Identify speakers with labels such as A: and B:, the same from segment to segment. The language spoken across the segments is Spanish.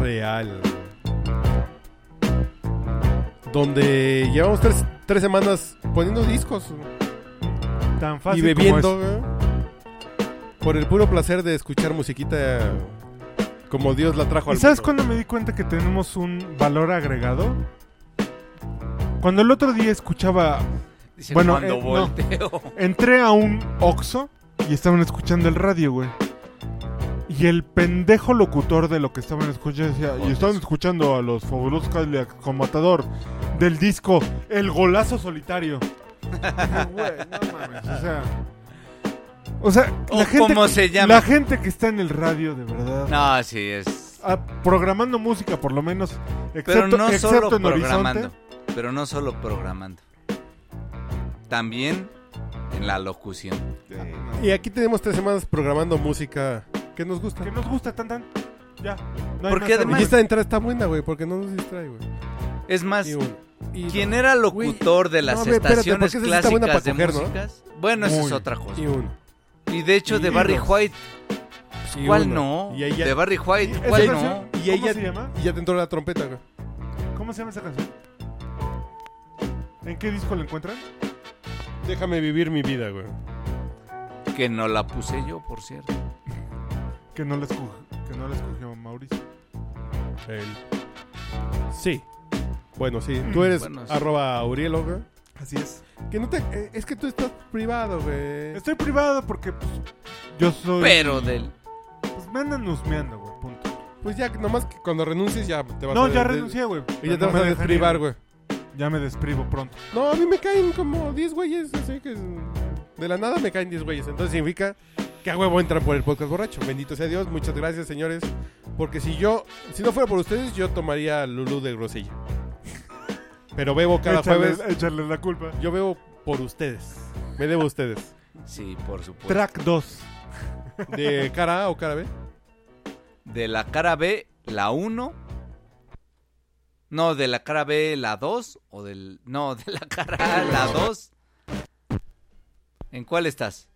A: Real. Donde llevamos tres, tres semanas poniendo discos
B: Tan
A: y
B: fácil
A: bebiendo
B: como
A: ¿eh? por el puro placer de escuchar musiquita como Dios la trajo al
B: es. ¿Y sabes
A: mundo.
B: cuándo me di cuenta que tenemos un valor agregado? Cuando el otro día escuchaba...
C: Dice,
B: Bueno,
C: cuando
B: eh, no.
C: volteo.
B: Entré a un Oxxo y estaban escuchando el radio, güey. Y el pendejo locutor de lo que estaban escuchando decía... Y estaban escuchando a los fabulosos Cadillacs con Matador del disco El Golazo Solitario. Dije, Güey, no mames, o sea... O sea,
C: O
B: la gente,
C: como se llama.
B: la gente que está en el radio, de verdad...
C: No, sí, es.
B: Ah, programando música por lo menos,
C: Pero
B: excepto,
C: no
B: excepto
C: solo
B: en
C: programando.
B: Horizonte.
C: Pero no solo programando. También en la locución.
B: Ah,
A: Y aquí tenemos tres semanas programando música que nos gusta.
B: Que nos gusta tan tan. Ya. No hay
C: Porque
B: más
C: además-
A: Y
B: que
A: esta entrada está buena, güey, porque no nos distrae, güey.
C: Es más,
A: Y un- y
C: quien
A: dos,
C: era locutor de las
A: no, a ver, espérate,
C: estaciones
A: porque esa sí está buena
C: clásicas de
A: para coger, ¿no?
C: músicas? Bueno, esa es
B: Muy.
C: otra cosa.
A: Y uno.
C: Y de hecho,
A: y
C: de Barry
A: uno.
C: White,
A: y
C: ¿cuál
A: uno.
C: no?
A: Y ahí ya,
C: De Barry White,
B: Esa
C: ¿cuál
B: versión-
C: no?
A: y ahí
B: ¿Cómo
A: ya-
B: se llama?
A: y ya te entró la trompeta, güey.
B: ¿Cómo se llama esa canción? ¿En qué disco la encuentran?
A: Déjame vivir mi vida, güey.
C: Que no la puse yo, por cierto.
B: Que no la escogió, que no la escogió Mauricio.
A: El- Sí. Mm, Bueno, sí. Tú eres
C: Bueno, sí.
A: arroba Aurielo, güey.
B: Así es.
A: Que no te... eh, Es que tú estás privado, güey.
B: Estoy privado porque pues yo soy
C: Pero del.
B: pues me andan husmeando, güey, punto.
A: Pues ya, nomás que cuando renuncies ya te vas a...
B: No, ya
A: de-
B: renuncié, güey.
A: Y ya te
B: No
A: vas
B: me
A: a
B: dejan
A: desprivar,
B: ir.
A: güey.
B: Ya me desprivo pronto.
A: No, a mí me caen como 10 güeyes, así que... De la nada me caen 10 güeyes. Entonces significa que a huevo entran por el podcast borracho. Bendito sea Dios. Muchas gracias, señores. Porque si yo... Si no fuera por ustedes, yo tomaría Lulú de grosella. Pero bebo cada
B: Échale-
A: jueves.
B: échale la culpa.
A: Yo bebo por ustedes. Me debo a ustedes.
C: Sí, por supuesto.
B: Track 2.
A: ¿De cara A o cara B?
C: De la cara B, la 1. No, de la cara B, la 2. O del. No, de la cara A, la 2. ¿En cuál estás?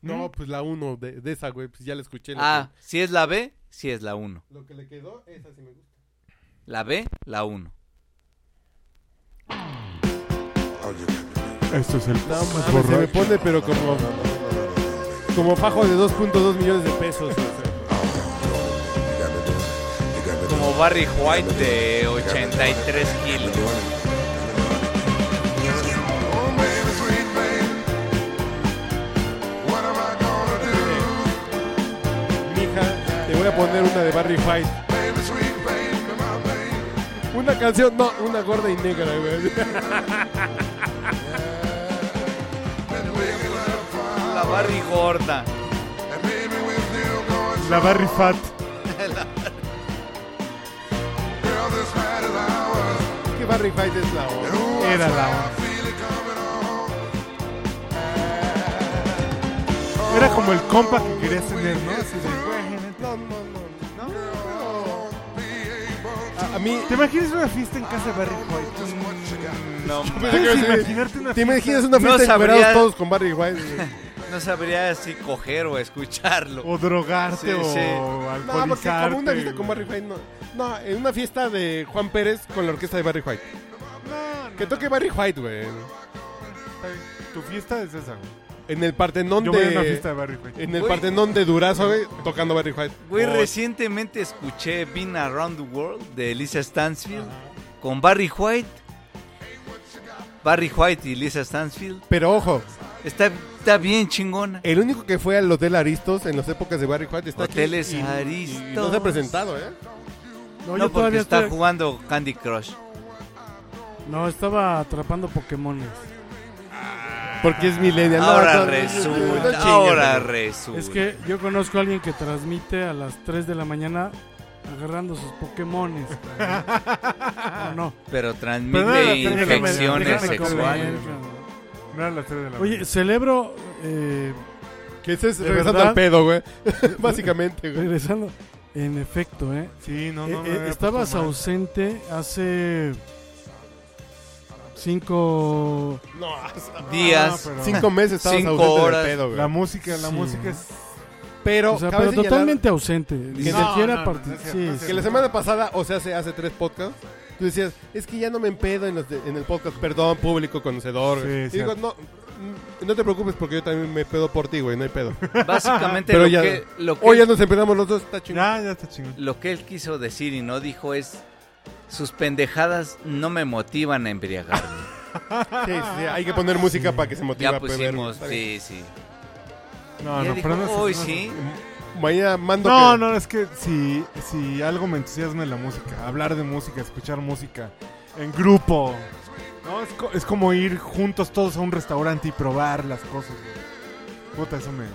A: No, pues la 1 de, de esa, güey. Pues ya la escuché. la
C: Ah, si es la B, si es la 1.
A: que- Lo que le quedó, esa sí me gusta.
C: La B, la 1.
B: Esto es el
A: No, mames, se me pone, pero como... Como fajo de 2.2 millones de pesos. o sea.
C: Como Barry White de 83 kilos.
A: Mija, te voy a poner una de Barry White. Una canción, no, una gorda y negra, güey.
C: La Barry gorda.
B: La Barry Fat.
A: que Barry White es la hora.
B: Era la Era como el compa que querías tener, ¿no? Así de, güey,
A: No, no, no.
B: ¿no?
A: A, a mí...
B: ¿Te imaginas una fiesta en casa de Barry White?
C: No,
B: ¿Puedes imaginarte una
A: ¿Te
B: fiesta?
A: imaginas una
C: No
A: fiesta de
C: sabría-
A: encuerados todos con Barry White? güey?
C: no sabría si coger o escucharlo.
B: O drogarte
C: Sí,
B: o
C: sí.
A: No,
B: alcoholizarte.
A: porque como una fiesta con
B: güey.
A: Barry White, no. No, en una fiesta de Juan Pérez con la orquesta de Barry White.
B: No, no,
A: Que toque Barry White, güey.
B: está bien. Tu fiesta es esa, güey.
A: En el Partenón
B: Yo voy a una fiesta
A: de...
B: de Barry White.
A: En el
C: Güey.
A: Partenón de Durazo, güey, tocando Barry White.
C: Güey,
A: Oh,
C: recientemente escuché Been Around the World de Lisa Stansfield con Barry White. Barry White y Lisa Stansfield.
A: Pero ojo,
C: Está, está bien chingona.
A: el único que fue al Hotel Aristos en las épocas de Barry White está aquí
C: Hoteles
A: y- y
C: Aristos.
A: no se ha presentado, ¿eh?
D: No,
C: No,
D: yo
C: porque
D: todavía
C: está
D: estoy-
C: jugando Candy Crush.
D: No, estaba atrapando Pokémones.
A: Porque es millennial. No,
C: Ahora
A: no, no, no
C: resulta.
A: chingues,
C: Ahora
A: güey.
C: resulta.
D: Es que yo conozco a alguien que transmite a las 3 de la mañana agarrando sus Pokémones. cabrón. ¿O no?
C: Pero
B: Pero no era la
C: transmite
B: serie de la- déjame
C: infecciones
D: Déjame
C: sexuales.
D: comer, cabrón.
B: No era las 3 de la
D: Oye, celebro, eh,
A: Que ese es
D: ¿De
A: regresando
D: verdad?
A: al pedo, güey. Básicamente, güey.
D: regresando, en efecto, ¿eh?
B: Sí, no,
D: Eh,
B: no. me
D: eh,
B: había
D: estabas
B: puesto mal.
D: ausente hace cinco...
A: No, hasta
C: Días.
B: Ah, pero-
A: cinco meses estabas
C: Cinco
A: ausente del
C: horas.
A: pedo, güey.
B: La música, la
D: Sí.
B: música es.
A: Pero,
D: o sea,
A: cabe
D: pero
A: señalar
D: totalmente ausente. Ni
A: No,
D: siquiera
B: no, no,
D: parti-
B: no es cierto,
D: sí,
B: no es
D: sí.
A: que la semana pasada, o sea, hace, hace tres podcasts, tú decías, es que ya no me empedo en, los de- en el podcast, perdón, público conocedor.
B: Sí,
A: güey. y digo,
B: cierto.
A: no, mm, no te preocupes porque yo también me pedo por ti, güey, no hay pedo.
C: Básicamente
A: Pero
C: lo,
A: ya-
C: que, lo, que
A: Hoy ya
C: él,
A: nos empedamos los dos, está chingón.
B: Ya, ya está chingón.
C: lo que él quiso decir y no dijo es, sus pendejadas no me motivan a embriagarme.
A: Sí, sí, hay que poner música para que se motive
C: ya
A: a beber,
C: pusimos,
A: está bien.
C: sí, sí.
B: No,
C: Ya
B: no,
C: dijo,
B: pero no es-
C: hoy
B: no es-
C: sí.
A: Mañana mando
B: No,
A: que-
B: no, es que si, si algo me entusiasma es la música, hablar de música, escuchar música en grupo. No, es, co- es como ir juntos todos a un restaurante y probar las cosas. güey. Puta, eso me...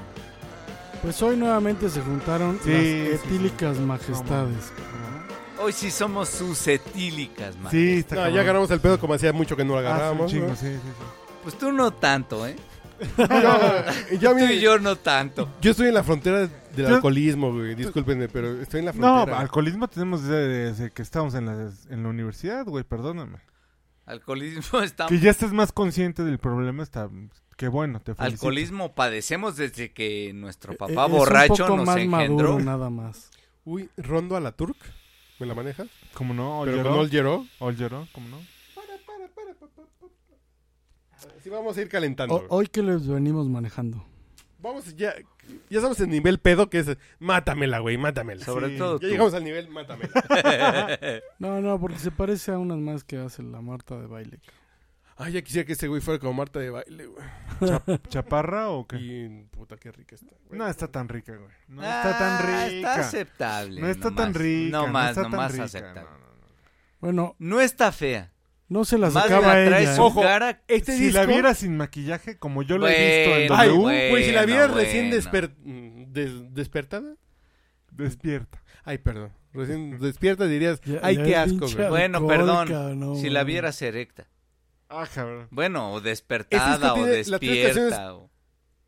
D: Pues hoy nuevamente se juntaron
B: Sí,
D: las
B: sí,
D: etílicas majestades.
C: Hoy sí somos sucetílicas, man.
B: Sí, está
A: No,
B: cabrón.
A: ya agarramos el pedo como hacía mucho que no lo
B: Ah, sí, un
A: agarrábamos.
B: chingo,
A: ¿no?
B: sí, sí, sí.
C: Pues tú no tanto, ¿eh?
A: No, yo,
C: Tú
A: mira,
C: y yo no tanto.
A: yo estoy en la frontera del
B: Yo-
A: alcoholismo, güey. Discúlpenme, pero estoy en la
B: No,
A: frontera.
B: alcoholismo tenemos desde, desde que estábamos en la, en la universidad, güey, perdóname.
C: Alcoholismo está...
B: Que ya estés más consciente del problema está... Qué bueno, te felicito.
C: Alcoholismo padecemos desde que nuestro
B: E-,
D: Eh,
C: papá
D: es un
C: borracho
D: poco
C: nos
D: más
C: engendró.
D: maduro, nada más.
A: Uy, rondo a la Turk. ¿Me la maneja?
B: ¿Cómo no?
A: Pero con Old
B: ¿Olgeró?
A: Jero.
B: ¿Olgeró? ¿Cómo no?
A: Sí, vamos a ir calentando.
D: O-
A: güey.
D: hoy que les venimos manejando.
A: Vamos ya. Ya estamos en nivel pedo que es mátamela, güey, mátamela.
C: Sobre
B: Sí.
C: todo
A: Ya
C: tú.
A: llegamos al nivel mátamela.
D: No, no, porque se parece a unas más que hace la Marta de baile.
A: Ay, ya quisiera que ese güey fuera como Marta de baile, güey.
B: Chap- ¿Chaparra o qué?
A: Y puta, qué rica está. güey.
B: No está tan rica, güey. No
C: Ah,
B: está tan
C: Está
B: rica.
C: aceptable.
B: no está tan
C: nomás.
B: rica.
C: No más,
B: está
C: no
B: tan
C: más
B: rica,
C: aceptable.
B: no, no, no.
D: Bueno,
C: No está fea.
D: no se las
C: Más la
D: acaba
C: trae
D: ella. ¿eh?
C: su
A: Ojo,
C: cara.
A: Este
B: si la
A: disco-
B: viera sin maquillaje, como yo lo he visto en
A: Ay,
B: W,
C: Bueno.
A: güey, si la vieras
C: bueno.
A: recién desper- mm, des- despertada.
B: despierta.
A: Ay, perdón. Recién despierta dirías,
D: Ya-
A: ay,
D: ya
A: qué
D: es
A: asco,
D: pinche
A: güey.
C: Bueno,
D: alcohólica,
C: perdón,
D: no,
C: Si la
D: no.
C: vieras erecta.
B: Ah, cabrón.
C: Bueno, o
A: Este disco
C: despertada, o
A: tiene las tres
C: despierta. o-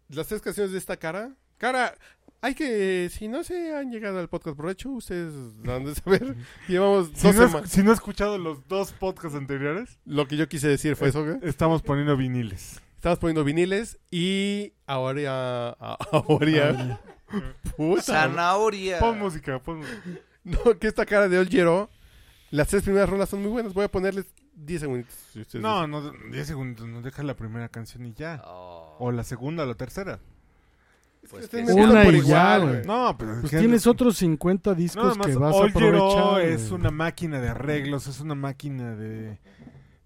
A: Las tres canciones de esta cara. Cara, hay que, si no se han llegado al podcast borracho, ustedes la han de saber. Llevamos dos
B: Si no, has,
A: semanas.
B: si no has escuchado los dos podcasts anteriores,
A: Lo que yo quise decir fue eso, güey.
B: estamos poniendo viniles.
A: Estabas poniendo viniles y ahora ya...
D: Ah,
A: Ahora ya... Puta.
C: Zanahoria.
B: Pon música, pon música.
A: No, que esta cara de Olgero, las tres primeras rolas son muy buenas. Voy a ponerles 10 segunditos. si ustedes
B: No, no, 10 segundos, no deja la primera canción y ya.
C: Oh,
B: O la segunda, o la tercera.
A: Es que
C: pues
A: ustedes
C: que
A: me
D: Una
A: gustan por
D: y ya,
A: igual,
D: güey.
A: güey.
B: No, pero es
D: Pues
B: que-
D: tienes otros 50
B: Nada
D: discos
B: más,
D: pues que vas a
B: All Year
D: aprovechar.
B: es
D: güey.
B: una máquina de arreglos, es una máquina de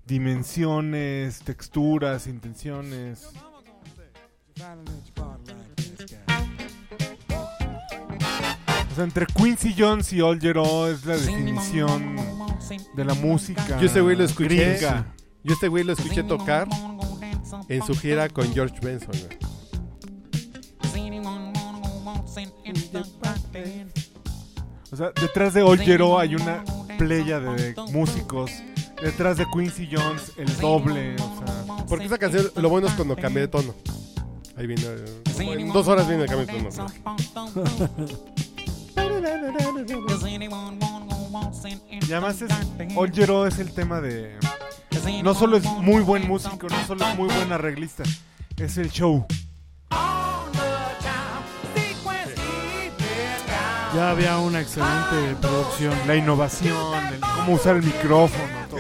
B: dimensiones, texturas, intenciones. O sea, entre Quincy Jones y All Year Old es la definición de la música.
A: Yo ese güey lo escuché.
B: gringa.
A: Yo este güey lo escuché tocar en su gira con George Benson. güey.
B: O sea, detrás de All Year Old hay una playa de músicos. Detrás de Quincy Jones el doble, o sea,
A: Porque esa canción, lo bueno es cuando cambié de tono. Ahí viene. eh, como En dos horas viene el cambio de tono.
B: y además es, All Year Old es el tema de No solo es muy buen músico, no solo es muy buen arreglista, es el show.
D: Ya había una excelente producción.
B: Ah. La innovación, el cómo usar el micrófono, todo.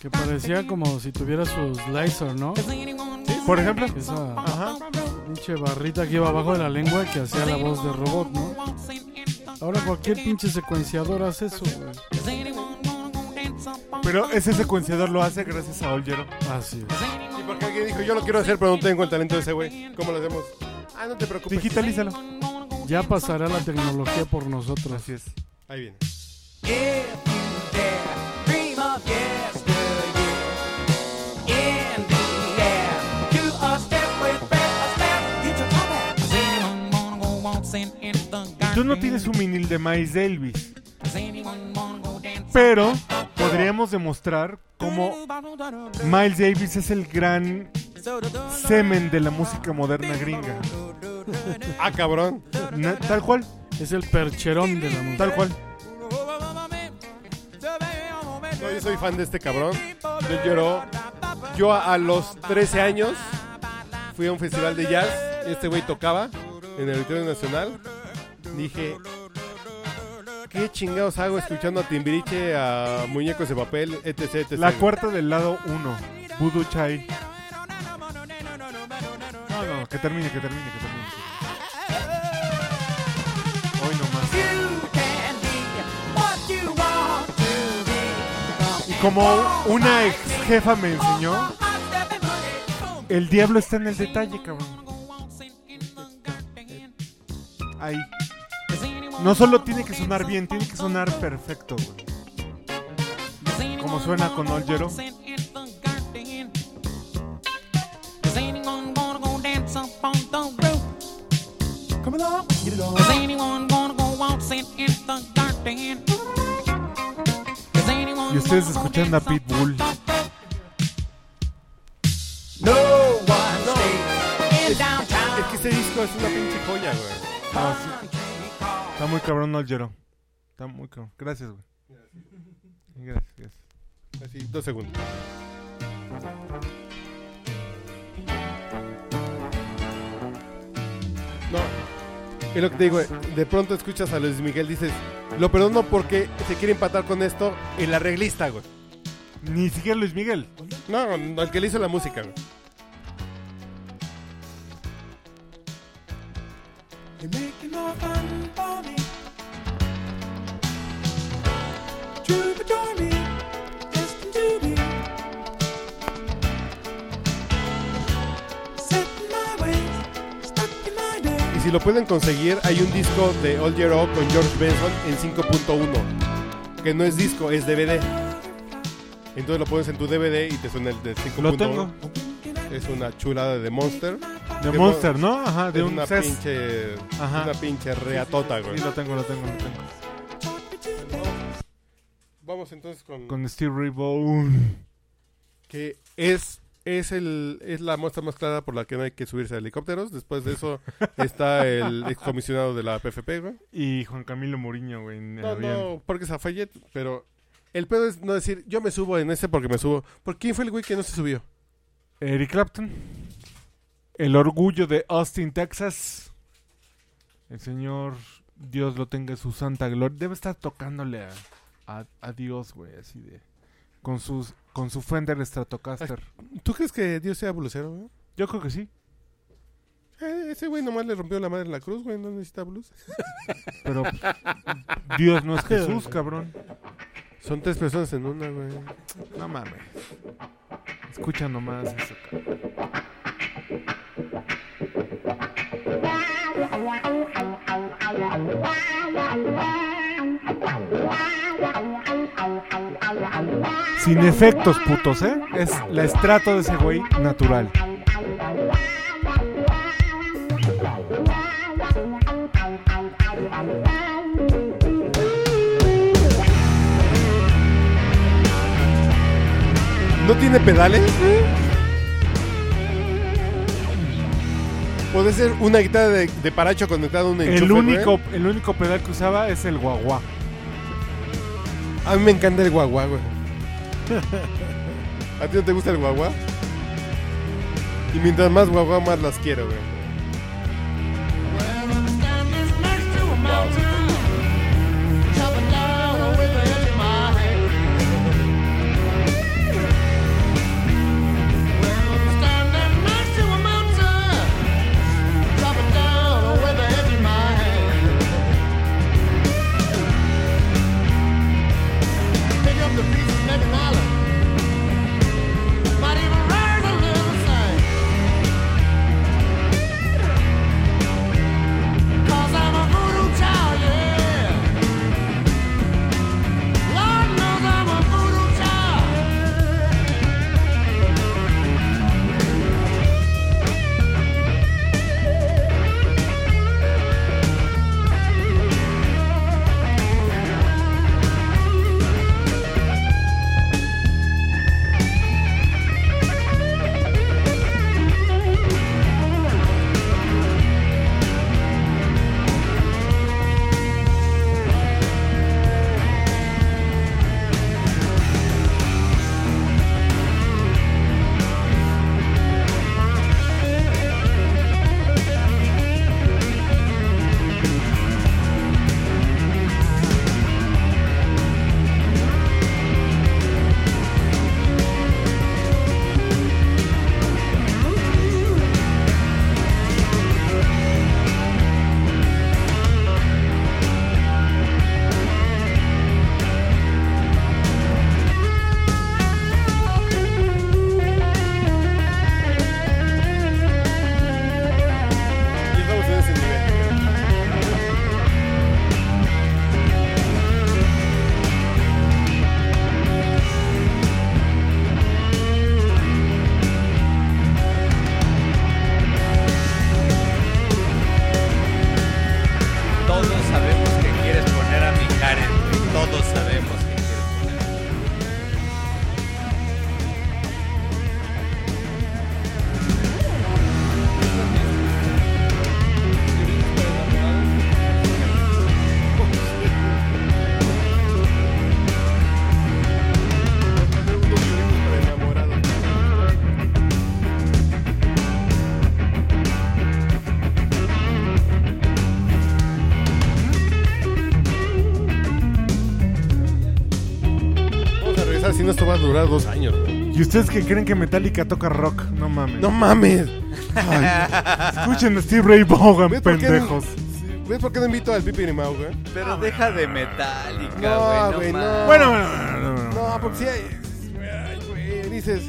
D: Que parecía como si tuviera su slicer, ¿no?
B: Por ejemplo,
D: Esa
B: ajá.
D: pinche barrita que iba abajo de la lengua que hacía la voz de robot, ¿no? Ahora cualquier pinche secuenciador hace eso, güey.
B: Pero ese secuenciador lo hace gracias a Olgero.
D: Así es.
A: Y porque alguien dijo, yo lo quiero hacer, pero no tengo el talento de ese güey. ¿Cómo lo hacemos? Ah, no te preocupes.
B: Digitalízalo.
D: Ya pasará la tecnología por nosotros.
B: Así es.
A: Ahí viene.
B: tú no tienes un vinil de Miles Davis. Pero podríamos demostrar cómo Miles Davis es el gran semen de la música moderna gringa.
A: Ah, cabrón.
B: Na- tal cual,
D: Es el percherón de la música.
A: Ah,
B: tal cual.
A: No, yo soy fan de este cabrón. Yo lloró. Yo a, a los 13 años fui a un festival de jazz. Este güey tocaba en el Auditorio Nacional. Dije, ¿qué chingados hago escuchando a Timbiriche, a Muñecos de Papel, etc, etc?
B: La cuarta del lado 1, Voodoo Chai. No, no, que termine, que termine, que termine. Hoy nomás. Y como una ex jefa me enseñó, el diablo está en el detalle, cabrón. Ahí. No solo tiene que sonar bien, tiene que sonar perfecto, güey. Como suena con Olgero.
E: Y ustedes escuchando a Pitbull.
A: Es que este disco es una pinche joya, güey.
B: Ah, sí. Está muy cabrón Olgero. Está muy cabrón. Gracias, güey. Gracias, gracias.
A: Así, Pues dos segundos. No. Es lo que te digo, de pronto escuchas a Luis Miguel, dices, lo perdono porque se quiere empatar con esto el arreglista, güey.
B: Ni siquiera Luis Miguel.
A: No, no, el que le hizo la música, güey. Y si lo pueden conseguir, hay un disco de Old Year Old con George Benson en 5.1. Que no es disco, es DVD. Entonces lo pones en tu DVD y te suena el de 5.1.
B: Lo tengo.
A: Es una chulada de Monster.
B: De
A: Que
B: Monster, ¿no? Ajá,
A: Es
B: de un
A: una
B: CES.
A: pinche.
B: Ajá.
A: Una pinche reatota, güey.
B: Sí, lo tengo, lo tengo, lo tengo.
A: Vamos entonces con.
B: Con Steve Ribone.
A: Que es. Es, el, es la muestra más clara por la que no hay que subirse a helicópteros. Después de eso está el excomisionado de la PFP, güey.
B: Y Juan Camilo Mourinho, güey. en el
A: No,
B: avión.
A: no, porque es Fayette, pero el pedo es no decir, yo me subo en ese porque me subo. ¿Por quién fue el güey que no se subió?
B: Eric Clapton. El orgullo de Austin, Texas. El señor, Dios lo tenga en su santa gloria. Debe estar tocándole a, a- a Dios, güey, así de. Con, sus, con su Fender Stratocaster.
A: ¿Tú crees que Dios sea blusero, güey?
B: Yo creo que sí.
A: Eh, ese güey nomás le rompió la madre en la cruz, güey, no necesita blues.
B: Pero Dios no es Jesús, cabrón.
A: Son tres personas en una, güey.
B: No mames. Escucha nomás eso. Sin efectos, putos, ¿eh? Es la estrato de ese güey natural.
A: ¿No tiene pedales? Puede ser una guitarra de, de paracho conectada a un enchufe,
B: El
A: güey.
B: único, el único pedal que usaba es el guaguá.
A: A mí me encanta el guagua, güey. ¿A ti no te gusta el guagua? Y mientras más guagua, más las quiero, güey.
F: Might even raise a little sign.
A: regresar, si no esto va a durar dos años. güey.
B: ¿Y ustedes que creen que Metallica toca rock? No mames.
A: No mames.
B: Ay, escuchen a Steve Ray Vaughan,
A: ¿Ves por qué no-
B: pendejos.
A: sí, ¿Ves por qué no invito al Pipi Mau, güey?
C: Pero deja de metálica,
A: No,
C: güey. No,
A: güey, no.
C: mames.
B: Bueno, bueno, bueno, bueno, bueno.
A: No, porque si hay. Ah. Ay, güey, dices.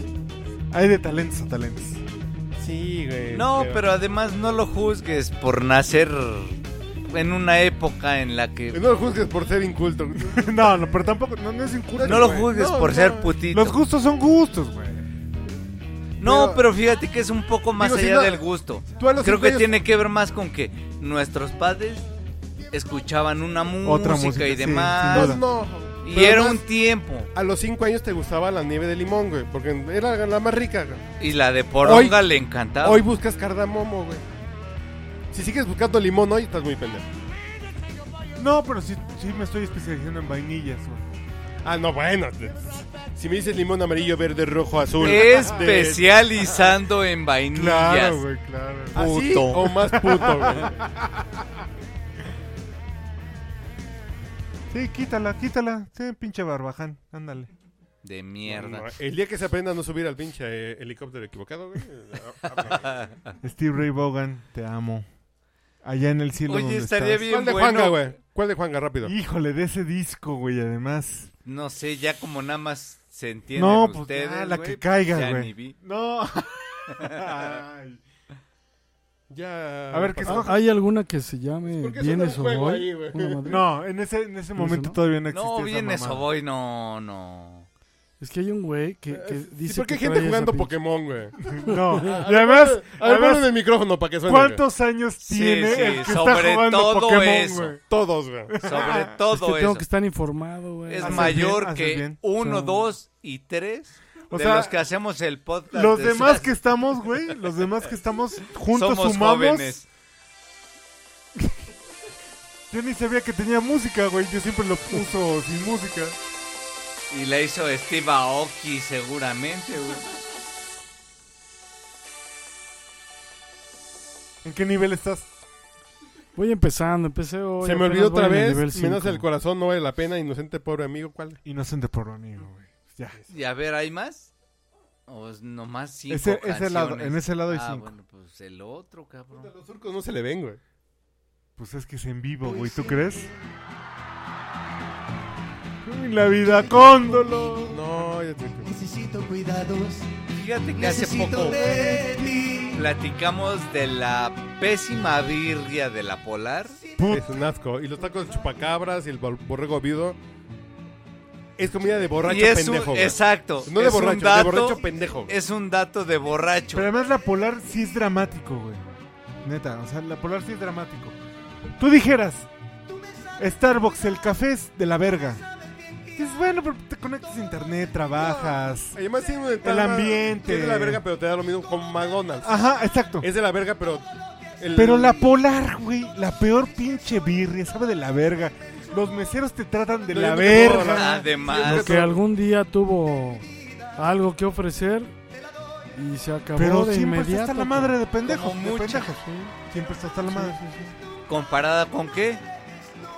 B: Hay de talentos a talentos.
A: Sí, güey.
C: No, pero además no lo juzgues por nacer en una época en la que...
A: No lo juzgues por ser inculto.
B: No, no, pero tampoco, no, no es inculto.
C: No lo
B: güey.
C: juzgues
A: No,
C: por
A: no.
C: ser putito.
B: Los gustos son gustos, güey.
C: No,
A: pero-
C: pero fíjate que es un poco más
A: Digo, si
C: allá
A: no-
C: del gusto.
A: Tú a los
C: Creo
A: cinco
C: que
A: años-
C: tiene que ver más con que nuestros padres escuchaban una música,
B: Otra música,
C: y
B: sí,
A: No,
C: demás.
B: sin duda.
A: no.
C: y
A: Pero
C: era
A: además,
C: un tiempo.
A: A los cinco años te gustaba la nieve de limón, güey. Porque era la más rica, güey.
C: Y la de poronga le encantaba.
A: Hoy buscas cardamomo, güey. Si sigues buscando limón hoy, estás muy pendejo.
B: No, pero sí, sí me estoy especializando en vainillas, güey.
A: Ah, no, bueno. te- Si me dices limón amarillo, verde, rojo, azul. de-
C: Especializando en vainillas.
B: Claro, güey, claro.
A: ¿Así
C: puto.
A: Ah, o más puto, güey?
B: Ah, Sí, quítala, quítala. Sí, pinche barbaján, ándale.
C: de mierda.
A: No, el día que se aprenda a no subir al pinche eh, helicóptero equivocado, güey. eh, ah, ah,
B: Steve Ray Vaughan, te amo. Allá en el cielo
C: Oye,
B: donde
C: estaría
B: estás.
A: güey.
C: bien
A: ¿Cuál de
C: bueno.
A: Juanga, güey? ¿Cuál de Juanga? Rápido.
B: Híjole, de ese disco, güey, además.
C: No sé, ya como nada más se entiende.
B: No, pues,
C: ustedes,
B: ya, la
C: güey,
B: que caiga,
C: ya
B: güey.
C: ni vi.
B: No. Ay.
A: Ya. Ah.
B: A ver, ¿qué
A: pasó.
B: escoge?
D: Ah, ¿Hay alguna que se llame
A: ¿Por qué
D: Vienes
A: suena
D: o
A: un juego
D: Voy?
A: ahí, güey?
D: Una madre.
B: No, en ese, en ese momento
D: no?
B: todavía no existía
C: No, viene
B: esa
C: eso,
B: mamada.
C: voy, no, no.
D: Es que hay un güey que, que
A: Sí,
D: dice
A: ¿Por qué
D: que
A: hay gente
D: trae
A: jugando
D: esa pinche-
A: Pokémon, güey?
B: No, y además,
A: A ver,
B: además,
A: ponle el micrófono para que suene. güey.
B: ¿cuántos años
C: Sí,
B: tiene
C: sí,
B: el que está
C: sobre
B: jugando
C: todo
B: Pokémon,
C: eso.
B: güey?
A: Todos, güey.
C: Sobre
D: Es que
C: todo
D: tengo
C: eso.
D: que estar informado, güey.
C: Es
B: Haces bien,
C: mayor
B: haces
C: que
B: bien.
C: uno,
D: Sí.
C: dos y tres
B: O
C: de
B: sea,
C: los que hacemos el podcast.
B: Los
C: de
B: demás
C: esas-
B: que estamos, güey, los demás que estamos juntos
C: somos
B: sumamos.
C: jóvenes.
B: Yo ni sabía que tenía música, güey. Yo siempre lo puso sin música.
C: Y la hizo Steve Aoki seguramente, güey.
B: ¿En qué nivel estás?
D: Voy empezando, empecé hoy.
A: Se me
D: apenas
A: olvidó otra
D: voy en el
A: vez.
D: nivel
A: Menos
D: cinco.
A: el corazón no vale la pena. Inocente pobre amigo, ¿cuál?
B: Inocente por lo amigo, güey. Ya.
C: Y a ver, ¿hay más? O es nomás cinco
B: Ese- ese lado-
C: canciones?
B: en ese lado hay
C: ah,
B: cinco.
C: bueno, pues el otro, cabrón.
A: Los surcos no se le ven, güey.
B: Pues es que es en vivo, güey. ¿Tú crees? Uy, la vida cóndolo.
A: No, ya te
F: Necesito cuidados.
C: Fíjate que hace
F: Necesito
C: poco
F: de ti.
C: platicamos de la pésima birria de la Polar.
B: Put-
A: Es un asco. Y los tacos de chupacabras y el bor- borrego viudo. Es comida de borracho
C: y es un-
A: pendejo. güey.
C: exacto.
A: No de
C: es un
A: borracho, de
C: dato-
A: borracho pendejo. güey.
C: Es un dato de borracho.
B: Pero además la polar sí es dramático, güey. Neta, o sea, la polar sí es dramático. Tú dijeras, Starbucks, el café es de la verga. Dices, bueno, pero te conectas a internet, trabajas.
A: Además tiene un
B: El ambiente.
A: Es de la verga, pero te da lo mismo con McDonald's.
B: Ajá, exacto.
A: Es de la verga, pero... el-
B: Pero la polar, güey, la peor pinche birria, sabe de la verga. Los meseros te tratan de
A: No,
B: la
A: yo nunca puedo
B: verga.
A: hablar.
C: Además,
A: Yo
D: Que algún día tuvo algo que ofrecer y se acabó
B: Pero
D: de
B: siempre está
D: inmediato. pues.
B: hasta la madre de pendejos.
C: Como
B: de
C: mucha.
B: pendejos. Siempre está hasta la madre.
C: comparada con qué?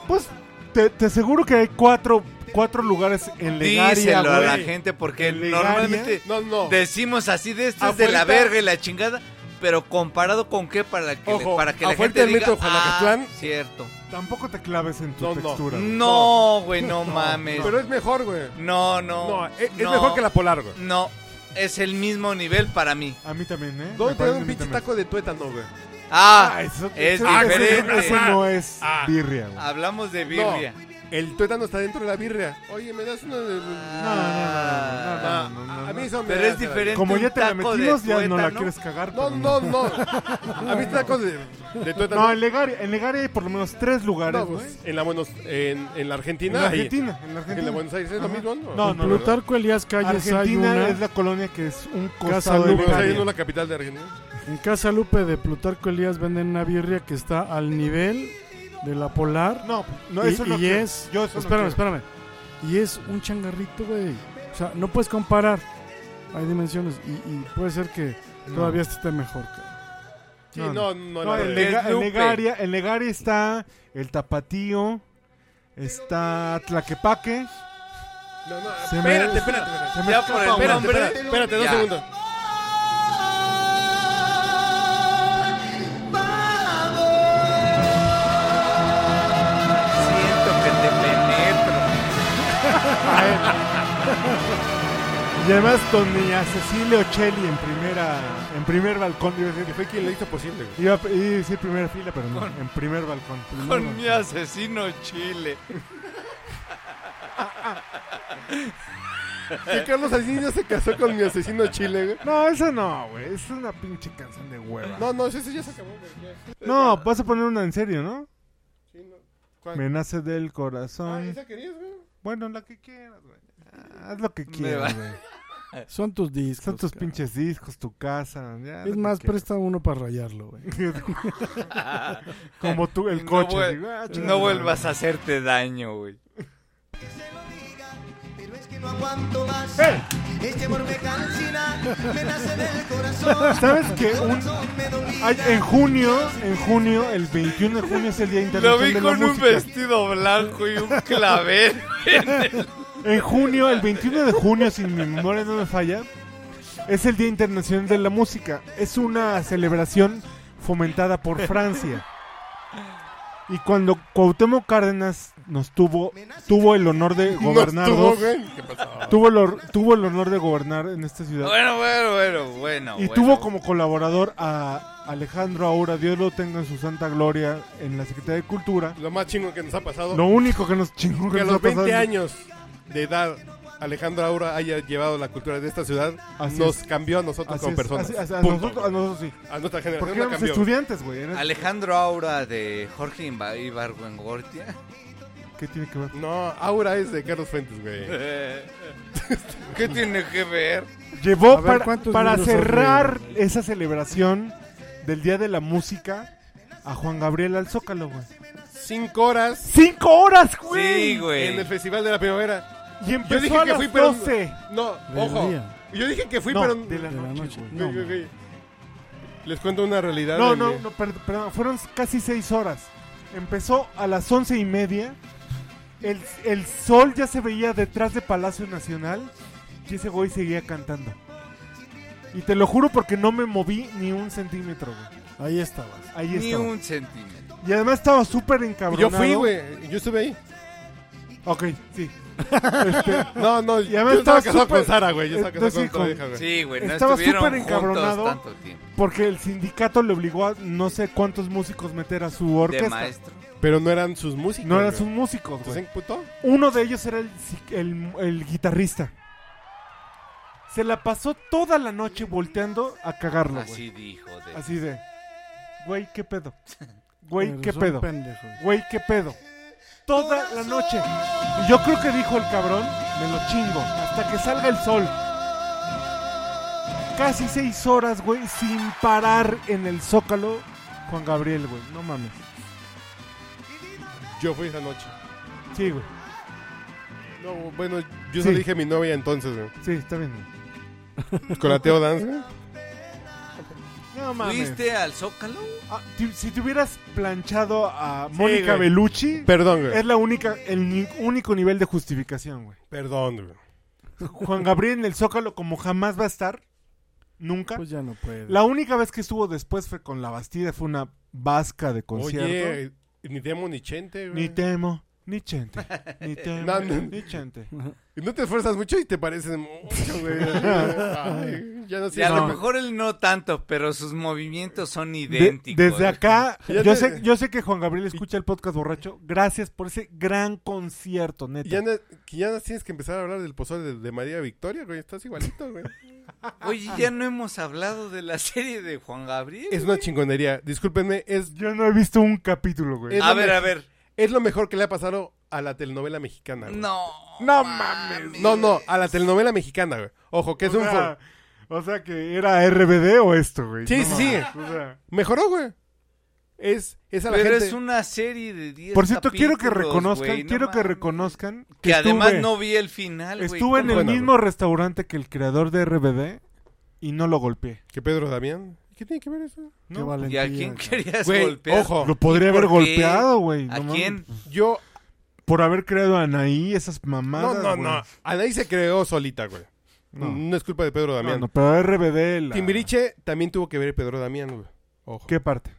B: Pues te, te aseguro que hay cuatro, cuatro lugares en Legaria,
C: Díselo a
B: güey.
C: la gente porque
B: ¿En Legaria?
C: normalmente
A: No, no.
C: decimos así de esto es de
A: Afuera-
C: la verga y la chingada, pero comparado con qué para que le-
A: Ojo,
C: para que la
A: afuera
C: gente
A: del
C: diga,
A: metro
C: ah,
A: Juanacatlán".
C: cierto.
B: Tampoco te claves en tu
A: No, no.
B: textura.
C: Mm.
B: güey.
C: No, güey, no mames.
A: Pero es mejor, güey.
C: No,
A: No, e,
C: no.
A: es, es
C: no,
A: mejor que la polar, güey.
C: No, es el mismo nivel para mí.
B: A mí también, ¿eh? Me
A: ¿Dónde te
B: parece
A: dan
B: a
A: un
B: mí
A: pinche
B: también.
A: taco de tuétano, güey?
C: Ah,
B: eso-
C: es
B: eso- ese-
C: diferente.
B: Ese no es
A: Ah.
B: birria, güey.
C: hablamos de birria.
A: El tuétano está dentro de la birria. Oye, ¿me das uno de...?
C: Ah,
B: No, no, no, no, no, no,
A: Ah,
B: no,
A: a mí
B: no.
A: eso me
C: Pero
A: da-
C: es diferente.
B: Como ya
C: un
B: te la
C: taco de
B: metimos, ya no la
C: tuétano.
B: quieres cagar.
A: No,
B: pero
A: no, no. A mí tacos de, de tuétano.
B: No, en Legaria, en Legaria hay por lo menos tres lugares,
A: No,
B: güey.
A: pues, en la Buenos en, en la
B: en
A: Argentina.
B: la
A: hay-
B: Argentina, en la
A: En
B: Argentina.
A: la Buenos Aires es lo
B: Ajá.
A: mismo, ¿no?
B: No, no,
D: No,
B: no.
D: Plutarco Elías Calles hay
B: Argentina
D: una-
B: es la colonia que es un
D: Casa
B: costado de
D: Lupe.
A: Buenos Aires
B: Italia.
A: no es la capital de Argentina.
D: En Casa Lupe de Plutarco Elías venden una birria que está al nivel de la polar.
B: No, no,
D: y,
B: eso no
D: y
B: quiero.
D: es.
B: Yo eso no
D: espérame,
B: quiero.
D: espérame. Y es un changarrito, güey. O sea, no puedes comparar. Hay dimensiones. Y, y puede ser que
B: No.
D: todavía esté mejor. cabrón.
A: Sí,
B: No,
A: no,
B: no.
A: no,
B: No,
A: la
B: en,
A: verdad.
B: Lega- en
C: Lupe.
B: Legaria, en Legaria está el Tapatío, está Tlaquepaque,
A: No, no,
B: Se me-
A: espérate, espérate. espérate.
B: Se me
C: Ya por
B: escapa
C: el
B: una.
A: Espérate,
C: nombre.
A: espérate, espérate, dos
C: Ya.
A: segundos.
C: Siento que te penetro.
B: Y además doña Cecilia Ocelli en primera en primer balcón iba a decir-
A: Que fue quien lo hizo posible, güey.
B: iba a iba a decir primera fila, pero no, en primer balcón. primer
C: Con
B: balcón.
C: mi asesino chile.
A: Que Carlos Salinas se casó con mi asesino chile, güey.
B: No, esa no, güey, es una pinche canción de hueva. No,
A: No, no, ese ya se acabó, güey. ya.
B: vas a poner una en serio, ¿no?
A: Sí, no. ¿Cuál?
B: Me nace del
A: Ah,
B: corazón.
A: ¿esa querías, güey?
B: Bueno, la que quieras, güey. Ah, Haz lo que
C: va.
B: quieras, güey.
A: Eh.
D: Son tus discos.
B: Son tus
D: cabrón.
B: pinches discos, tu casa. ya, lo
D: Es
B: que
D: más,
B: quieras.
D: presta uno para rayarlo, güey.
C: Ah.
B: Como tú, el
C: No
B: coche. así,
C: vuel-
B: ah, chingada
C: No
B: madre.
C: vuelvas a hacerte daño, güey.
F: Que se lo diga, pero es que no aguanto más.
B: ¡Eh!
F: Este amor me calcina, me nace del corazón.
B: ¿Sabes que
F: El
B: un-
F: corazón me domina.
B: Ay, en junio, en junio, el 21 de junio es el Día
C: Lo
B: Internacional
C: vi
B: de la
C: con un
B: Música.
C: vestido blanco y un clavel.
B: En junio, el 21 de junio, si mi memoria no me falla, es el Día Internacional de la Música. Es una celebración fomentada por Francia. Y cuando Cuauhtémoc Cárdenas nos tuvo, tuvo el honor de gobernar,
A: No estuvo,
B: dos-
A: güey. ¿Qué pasó?
B: tuvo, el hor- tuvo el honor de gobernar en esta ciudad.
C: Bueno, bueno, bueno,
A: Ah,
C: bueno.
B: Y
C: bueno.
B: tuvo como colaborador a Alejandro Aura, Dios lo tenga en su santa gloria, en la Secretaría de Cultura.
A: Lo más chingo que nos ha pasado.
B: Lo único que nos chingó que,
A: que a
B: nos ha
A: los 20
B: pasado es-
A: años de edad Alejandro Aura haya llevado la cultura de esta ciudad
B: Así
A: nos
B: es.
A: cambió a nosotros
B: Así
A: como
B: es,
A: personas.
B: así- así- a,
A: Punto.
B: nosotros, a nosotros sí.
A: A nuestra
B: Porque
A: generación la
B: éramos
A: cambió.
B: estudiantes, güey. era-
C: Alejandro Aura de Jorge Imba- Ibargüengortia.
B: ¿Qué tiene que ver?
A: No, Aura es de Carlos Fuentes,
B: Eh.
A: güey.
C: ¿Qué tiene que ver?
B: Llevó
D: A ver,
B: para,
D: ¿cuántos
B: para
D: números son,
B: cerrar esa celebración del Día de la Música a Juan Gabriel al Zócalo, güey.
A: Cinco horas
B: ¡Cinco horas, güey!
C: Sí, güey.
A: en el Festival de la Primavera.
B: Y
A: Yo
B: empezó
A: dije
B: a
A: que
B: las
A: fui, pero.
B: 12.
A: No, ojo.
D: Debería.
A: Yo dije que fui,
B: No,
A: pero.
B: de la
D: De la noche,
A: Güey,
D: güey.
A: güey, güey. Les cuento una realidad.
B: No,
A: de
B: no,
A: mi-
B: no, per- perdón, fueron casi seis horas. Empezó a las once y media. El, el sol ya se veía detrás de Palacio Nacional y ese güey seguía cantando. Y te lo juro porque no me moví ni un centímetro, güey.
D: Ahí estabas.
B: Ahí
C: Ni
B: estaba.
C: un centímetro.
B: Y además estaba súper
A: Yo
B: encabronado.
A: fui, güey. Yo estuve ahí.
B: Ok, sí.
A: No, no.
B: Y además
A: yo estaba
B: estaba
A: casado
B: súper-
A: con Sara, güey. Yo estaba casado
B: Entonces,
A: con
B: con-
A: tu hija, güey.
C: Sí, güey, no
B: Estaba
C: estuvieron
B: súper
C: juntos
B: encabronado.
C: tanto tiempo.
B: Porque el sindicato le obligó a no sé cuántos músicos meter a su
C: De
B: orquesta.
C: maestro.
A: Pero no eran sus músicos.
B: No eran
A: güey.
B: sus músicos,
A: Entonces,
B: güey.
A: ¿en puto?
B: Uno de ellos era el, si- el- el guitarrista. Se la pasó toda la noche volteando a cagarlo, güey. Así.
C: Así dijo. de-
B: de... Güey, ¿qué pedo? Güey,
D: Eres
B: ¿qué
D: un
B: pedo?
D: pendejo.
B: Güey, ¿qué pedo? Toda la noche. Y yo creo que dijo el cabrón, me lo chingo, hasta que salga el sol. Casi seis horas, güey, sin parar en el zócalo, Juan Gabriel, güey. No mames.
A: Yo fui esa noche.
B: Sí, güey.
A: No, bueno, yo
B: Sí.
A: se lo dije a mi novia entonces, güey.
B: Sí, está bien. güey.
A: Con la Teo Dance,
B: Eh.
A: güey.
B: No mames.
C: ¿Fuiste al Zócalo?
B: Ah, ti- si te hubieras planchado a Mónica
A: güey.
B: Bellucci,
A: Perdón, güey.
B: es la única, el ni- único nivel de justificación, güey.
A: Perdón, güey.
B: Juan Gabriel en el Zócalo, como jamás va a estar, nunca.
D: Pues ya no puede.
B: La única vez que estuvo después fue con La Bastida, fue una vasca de concierto.
A: Oye, ni Temo ni Chente, güey.
B: Ni temo, ni chente, ni temo,
A: No, no.
B: ni chente.
A: No te esfuerzas mucho y te pareces mucho, güey. Ay, ya no
C: Y a
A: siento-
C: lo mejor él no tanto, pero sus movimientos son
B: De-
C: idénticos.
B: desde acá,
A: eh. Ya
B: yo
A: te-
B: sé, yo sé que Juan Gabriel escucha el podcast borracho. Gracias por ese gran concierto, neta.
A: Ya, no- que ya no tienes que empezar a hablar del pozole de, de María Victoria, güey. Estás igualito, güey.
C: Oye, ya no hemos hablado de la serie de Juan Gabriel.
A: Es una chingonería. Discúlpenme, es,
B: Yo no he visto un capítulo, güey.
A: Es-
C: A ver, a ver.
A: es lo mejor que le ha pasado a la telenovela mexicana, güey.
C: No.
B: No mames.
A: No, no, a la telenovela mexicana, güey. Ojo, que es
B: o,
A: un...
B: sea,
A: for-
B: o sea que era RBD o esto, güey.
A: Sí, sí, sí.
B: mames, o sea.
A: Mejoró, güey. Es, es a la
C: Pero
A: gente...
C: es una serie de 10
B: Por cierto, quiero que
C: capítulos,
B: reconozcan,
C: güey, no
B: quiero que
C: mames.
B: reconozcan
C: Que, además
B: estuve-
C: no vi el final, güey.
B: Estuve en el
A: Bueno,
B: mismo restaurante que el creador de RBD y no lo golpeé.
A: ¿Que Pedro Damián? ¿Qué tiene que ver eso?
D: Qué
B: No, pues,
C: ¿Y
D: valentía.
C: a quién
D: cabrón.
C: querías
A: Güey,
C: golpear?
A: ojo.
B: Lo podría haber
C: por qué?
B: golpeado, güey.
C: ¿A
B: no mames.
C: quién?
A: Yo
B: Por haber creado a Anaí, esas mamadas.
A: No, no,
B: güey.
A: no. Anaí se creó solita, güey. No.
B: No.
A: es culpa de Pedro
B: No,
A: Damián.
B: no, pero RBD. La...
A: Timbiriche también tuvo que ver Pedro Damián, güey. Ojo.
B: ¿Qué parte?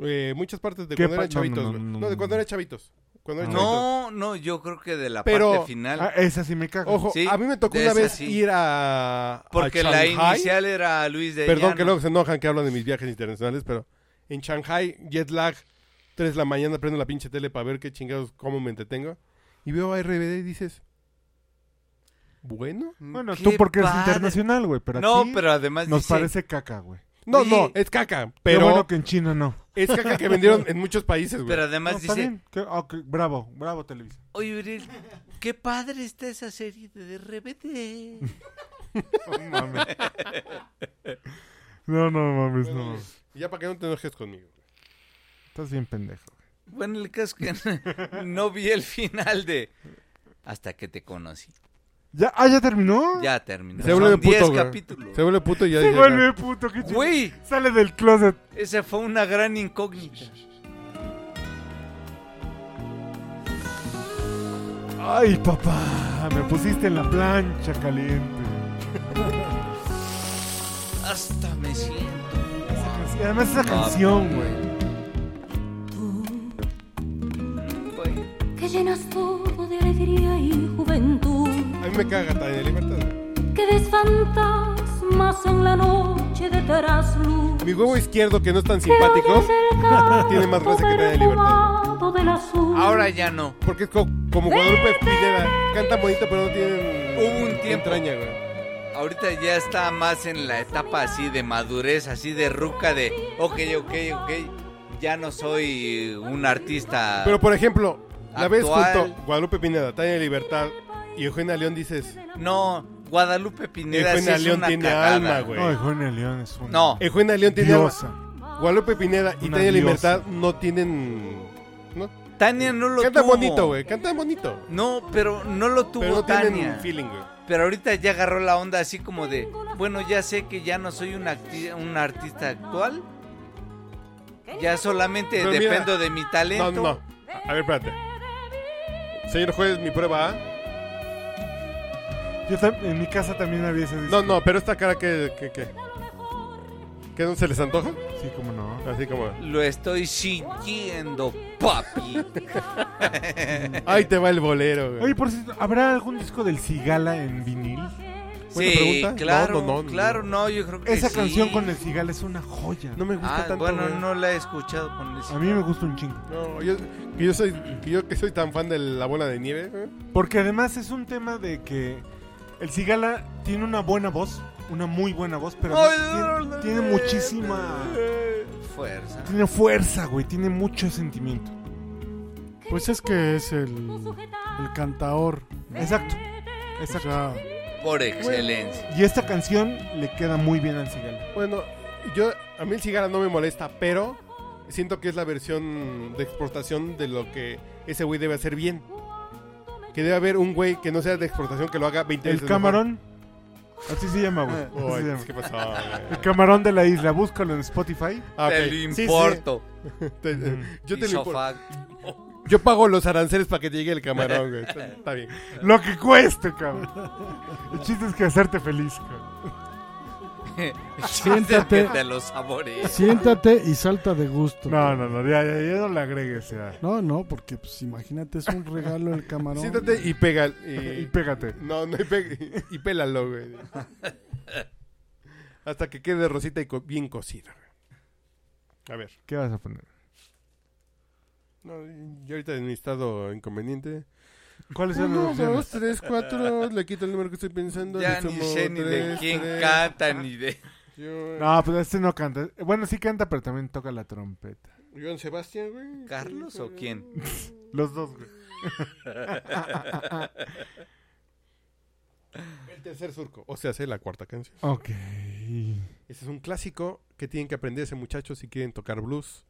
A: Eh, muchas partes de
B: ¿Qué
A: cuando
B: pa-
A: eran chavitos,
B: no, no,
A: güey. No,
B: no, no,
A: de
B: no.
A: cuando eran chavitos. Cuando eran chavitos.
C: No, no, yo creo que de la
A: Pero-
C: parte final.
B: Ah, esa sí me caga.
A: Ojo,
C: Sí,
A: a mí me tocó
C: de
A: una
C: esa
A: vez
C: sí.
A: ir a. a
C: porque la
A: Shanghái.
C: inicial era Luis de
A: Perdón que luego se enojan que hablan de mis viajes internacionales, pero en Shanghai, jet lag, 3 de la mañana, prendo la pinche tele para ver qué chingados, cómo me entretengo. Y veo a RBD y dices, bueno.
B: Bueno, tú porque eres internacional, güey. Pero
C: Mm, No,
B: aquí
C: pero además
B: nos
C: dice,
B: parece caca, güey.
A: No,
C: Oye.
A: no, es caca,
B: Pero
A: pero
B: bueno que en China no.
A: es caca que vendieron en muchos países, güey.
C: Pero
B: No,
C: además
B: está
C: dice,
B: bien. Qué- ah, ok, Bravo, bravo Televisa.
C: oye, Uriel, qué padre está esa serie de RBD.
B: No mames. No, no mames, no. mames.
A: Ya para que Pues no te enojes conmigo.
B: Estás bien pendejo.
C: Bueno, el caso es que no vi el final de Hasta que te conocí.
B: Ya, ah, ya terminó.
C: Ya terminó.
A: Se vuelve
C: Son
A: puto,
C: 10
A: güey.
C: capítulos.
A: Se vuelve puto y ya
B: Se
A: dice,
B: vuelve puto, qué chido.
C: Güey,
B: Sale del closet.
C: esa fue una gran incógnita.
B: Ay, papá, me pusiste en la plancha caliente.
C: Hasta me siento.
B: Y además esa canción, güey.
C: güey.
G: que llenas todo de alegría y juventud,
A: A mí me caga Tania Libertad. güey.
G: que ves fantasmas en la noche de trasluz.
A: Mi huevo izquierdo, que no es tan simpático, tiene más gracia que Tania Libertad.
G: del azul.
C: Ahora ya no.
A: Porque es co- como Guadalupe Pineda. Canta bonito, pero no tienen
C: Hubo un tiempo.
A: entraña, güey.
C: Ahorita ya está más en la etapa así de madurez, así de ruca de, ok, ok, ok, ya no soy un artista.
A: Pero por ejemplo, la ves
C: Actual.
A: junto Guadalupe Pineda, Tania Libertad y Eugenia León dices,
C: No, Guadalupe Pineda sí
A: Eugenia
C: es
A: León
C: una
A: tiene
C: cagada.
A: alma, güey.
B: No, Eugenia León es una
C: No,
A: Eugenia León tiene alma".
B: Oh, diosa.
A: Guadalupe Pineda y
B: Una
A: Tania
B: diosa.
A: Libertad no tienen no,
C: Tania no lo
A: canta
C: tuvo.
A: bonito, güey, canta bonito.
C: No, pero no lo tuvo
A: Pero no
C: Tania.
A: tienen feeling, güey.
C: Pero ahorita ya agarró la onda así como de, bueno, ya sé que ya no soy un, acti- un artista actual. Ya solamente
A: Pero mira,
C: dependo de mi
A: No,
C: talento.
A: no, no. A ver, espérate. Señor juez, mi prueba ¿ah? A.
B: Yo tam- en mi casa también había ese disco.
A: No, no, pero esta cara que que que que no se les antoja,
B: Sí, cómo no.
A: así como,
C: Lo estoy sintiendo, papi.
A: ahí te va el bolero,
B: Oye,
A: güey.
B: por cierto, ¿habrá algún disco del Cigala en vinil?
A: Buena
C: sí,
A: pregunta.
C: claro,
A: No, no, no.
C: claro, no, yo creo que
B: Esa
C: sí.
B: canción con el Cigala es una joya.
A: No me gusta
C: Ah,
A: tanto.
C: bueno,
A: güey.
C: no la he escuchado con
B: A
C: ese.
B: mí me gusta un chingo.
A: No, yo que yo soy que yo que soy tan fan de la bola de nieve, güey.
B: Porque además es un tema de que el Cigala tiene una buena voz, una muy buena voz, pero además tiene, tiene muchísima...
C: Fuerza.
B: Tiene fuerza, güey, tiene mucho sentimiento.
D: Pues es que es el, el cantaor.
B: Exacto,
D: O
B: exacto.
D: sea,
C: Por excelencia.
B: Y esta canción le queda muy bien al Cigala.
A: Bueno, yo a mí el cigarro no me molesta, pero siento que es la versión de exportación de lo que ese güey debe hacer bien. Que debe haber un güey que no sea de exportación que lo haga 20 veces
B: El
A: mejor.
B: camarón. Así se llama, güey. así
A: Ay,
B: se
A: pues,
B: llama.
A: ¿qué pasó? güey?
B: El camarón de la isla, búscalo en Spotify.
A: Ah,
C: Te
A: ok.
C: lo
A: Sí, sí.
C: importo.
A: Te- eh, Yo te lo importo.
C: Isofac.
A: Yo pago los aranceles para que te llegue el camarón, güey. Está, está bien.
B: Lo que cueste, cabrón. El chiste es que hacerte feliz, cabrón.
D: Siéntate.
C: Que te lo saborees.
D: siéntate y salta de gusto.
B: No, no, no, ya, ya, ya no le agregues, ya.
D: No, no, porque pues imagínate, es un regalo el camarón.
A: Siéntate y pega.
B: Y
A: Y,
B: pégate.
A: no, no, y, pe- y pélalo, güey. Hasta que quede rosita y co- bien cocida. güey. A ver.
B: ¿Qué vas a poner?
A: No, yo ahorita en mi estado inconveniente.
B: ¿Cuáles son las
A: Uno, dos,
B: opciones?
A: tres, cuatro. Le quito el número que estoy pensando.
C: Ya
A: le
C: ni
A: sumo
C: sé ni de
A: tres,
C: quién
A: tres,
C: canta, ni de...
A: Yo-
B: No, pues este no canta. Bueno, sí canta, pero también toca la trompeta.
A: Joan Sebastián, güey.
C: ¿Carlos o quién?
B: Los dos, güey.
A: El tercer surco. O sea, hace la cuarta canción.
B: Ok.
A: Ese es un clásico que tienen que aprenderse, muchachos, si quieren tocar blues.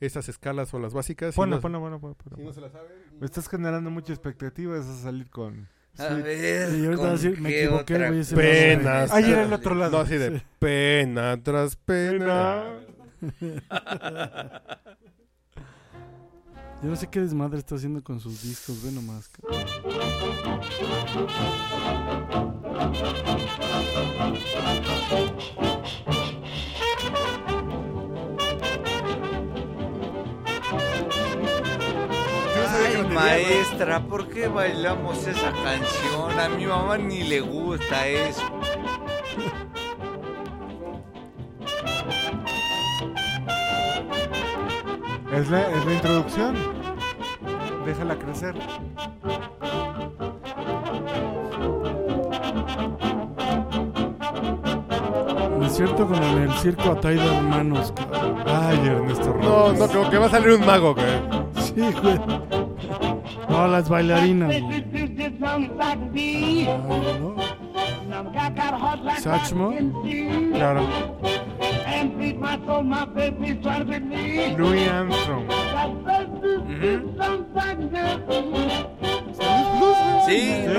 A: Estas escalas son las básicas. Si
B: Ponlo,
A: no-
B: ponlo, ponlo, ponlo, ponlo.
A: Si no se la saben.
B: Me estás generando mucha expectativa, vas a salir con...
C: A ver,
D: Y ahorita
C: ¿con
D: va a decir, me
C: qué
D: equivoqué,
C: otra?
D: güey. ese no
A: Penas.
B: Ah, ya era el otro lado.
A: No, así de pena tras pena.
B: Pena.
D: es. Yo no sé qué desmadre está haciendo con sus discos, ve nomás. cabrón.
C: Ay, maestra, ¿por qué bailamos esa canción? A mi mamá ni le gusta eso.
B: Es la, es la introducción. Déjala crecer.
D: Me siento como en el circo Atay de hermanos, cabrón.
B: Ay, Ernesto
A: No,
B: Robles.
A: no, como que va a salir un mago, güey.
D: Sí, güey. No, las bailarinas. güey. Ah, ¿no? Satchmo.
B: Claro.
H: Ujú.
B: Louis Armstrong.
C: Sí,
B: ¿Eh?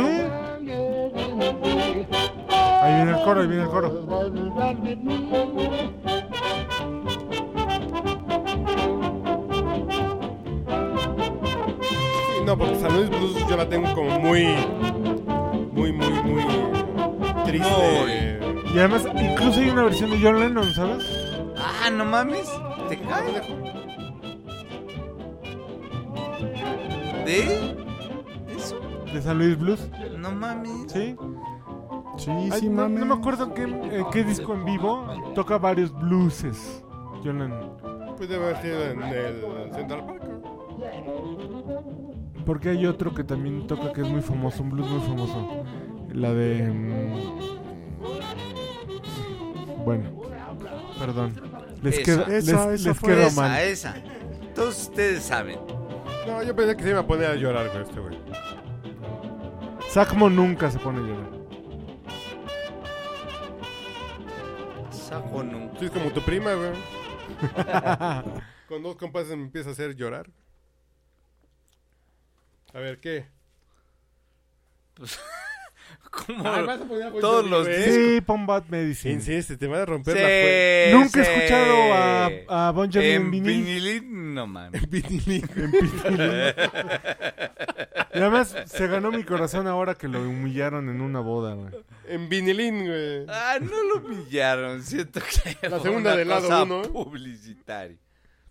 B: Ahí viene el coro, ahí viene el coro.
A: Sí, No, porque San Luis Blues yo la tengo como muy. Muy, muy, muy. Triste.
C: Muy.
B: Y además, incluso hay una versión de John Lennon, ¿sabes?
C: Ah, no mames, te cae. ¿De? ¿Eso?
B: De San Luis Blues.
C: No mames.
B: Sí.
D: Sí,
B: Ay,
D: sí,
B: no,
D: mami.
B: no me acuerdo qué, eh, qué disco en vivo toca varios blueses. John Lennon.
A: Pues debe haber sido en el Central Park. ¿no?
B: Porque hay otro que también toca que es muy famoso, un blues muy famoso. La de. mm, Bueno, perdón. Les
C: Esa.
B: queda, les,
D: Esa, esa
B: les
D: fue.
B: quedó
C: esa,
B: mal.
C: Pues, esa. Todos ustedes saben.
A: No, yo pensé que se iba a poner a llorar con este güey.
B: Sacmo nunca se pone a llorar.
C: Saco nunca.
A: Sí, es como tu prima, güey. con dos compases me empieza a hacer llorar. A ver, ¿qué?
C: ¿Cómo?
A: Ay, Ah, vas a poner a Bon
C: todos
A: Jovi,
C: los
A: güey.
C: discos.
B: Sí, pon Bad Medicine.
A: Insiste, te van a romper
C: Sí,
A: la fue-
B: Nunca he
C: sí.
B: escuchado a- a Bon Jovi en vinil.
C: vinilín, no mames.
A: Vinilín.
B: Y además se ganó mi corazón ahora que lo humillaron en una boda, güey.
A: En vinilín, güey.
C: Ah, no lo humillaron. Siento que
A: La
C: fue
A: segunda
C: una
A: del lado
C: cosa
A: uno, ¿eh?
C: publicitaria.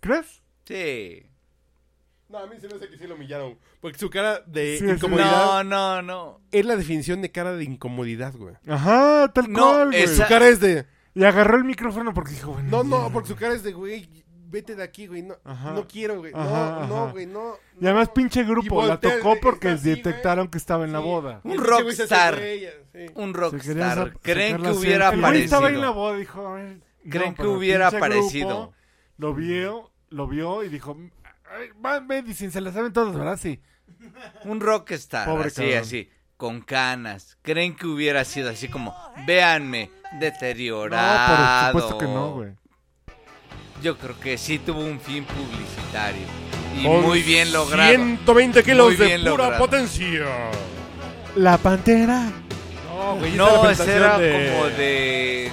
B: ¿Crees?
C: Sí.
A: No, a mí se me hace que sí lo humillaron. Porque su cara de
B: Sí, sí.
A: incomodidad
C: No, no, no.
A: es la definición de cara de incomodidad, güey.
B: Ajá, tal
C: No,
B: cual, güey.
A: Su
C: esa-
A: cara es de.
B: Y agarró el micrófono porque dijo, bueno.
A: No, no,
B: ya.
A: porque su cara es de, güey, vete de aquí, güey. No,
B: Ajá.
A: no quiero, güey.
B: Ajá,
A: no, no,
B: ajá.
A: güey, no.
B: Y además
A: no.
B: pinche
A: Y
B: grupo la
A: voltea,
B: tocó
A: güey,
B: porque
A: está así, güey.
B: detectaron que estaba en la
A: Sí.
B: boda.
A: Y
C: Un
A: el pinche güey se hace
C: rockstar.
A: de ella, sí.
C: Un
D: quería sa-
C: rockstar.
D: sacar
C: ¿Creen que
D: la
C: hubiera
D: selfie.
B: El güey estaba en la
C: aparecido?
B: boda dijo, a ver, no,
C: ¿Creen que
B: pero el
C: hubiera
B: pinche
C: aparecido?
B: grupo Lo vio, lo vio y dijo, "Ay, Bad Medicine, se la saben todos, ¿verdad? Sí.
C: Un rockstar.
B: Pobre
C: así,
B: cabrón.
C: así. Con canas. ¿Creen que hubiera sido así como, véanme,
B: No,
C: deteriorado?
B: por supuesto que no, güey.
C: Yo creo que sí tuvo un fin publicitario. Y
A: Con
C: muy bien logrado.
A: 120 kilos
C: Muy
A: de
C: bien
A: pura
C: logrado.
A: potencia.
B: La pantera.
A: No, güey,
C: No,
A: esa
C: ese era
A: de,
C: como de...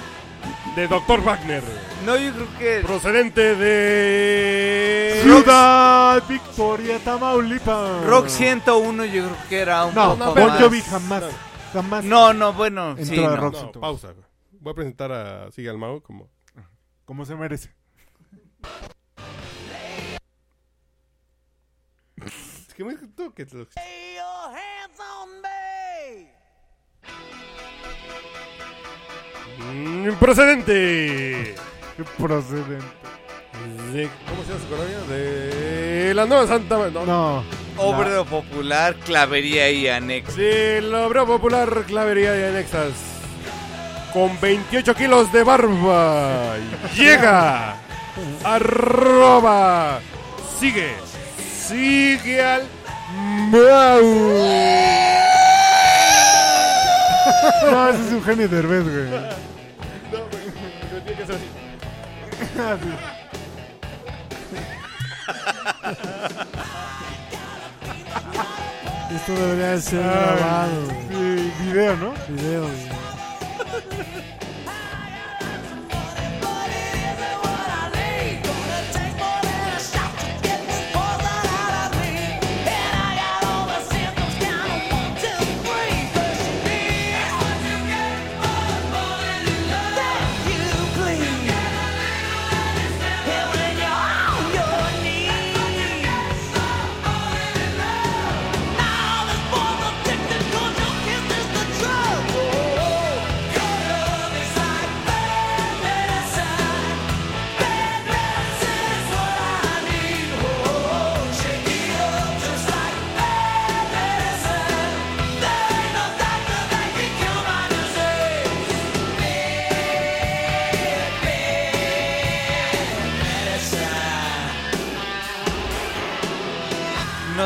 A: De Dr. Wagner.
C: No, yo creo que...
A: Procedente de.
B: Ciudad Victoria, Tamaulipas.
C: Rock 101 yo creo que era un
B: No,
C: poco
B: Bon
C: más...
B: Jovi jamás. Jamás.
C: No, no, bueno,
B: Entró
C: sí,
B: a
C: no.
B: rock.
A: No, pausa. güey. Voy a presentar a Sigue al Mago como.
B: Como se merece.
A: Es que me escuchó que te lo- Mm, Procedente.
B: Qué procedente.
A: de- ¿Cómo se llama su colonia? De la Nueva Santa Ma- no,
B: No.
C: Obrero popular, clavería y anexo.
A: Sí, la obra popular clavería de Anexas. Con 28 kilos de barba. Llega. Arroba. Sigue. Sigue al Mau.
B: No, no, ese es Eugenio Derbez, güey.
D: Esto debería de ser
B: Ay,
D: grabado, güey.
B: sí, video, ¿no?
D: Video, güey.
E: Take more than a shot to get me poison out of me.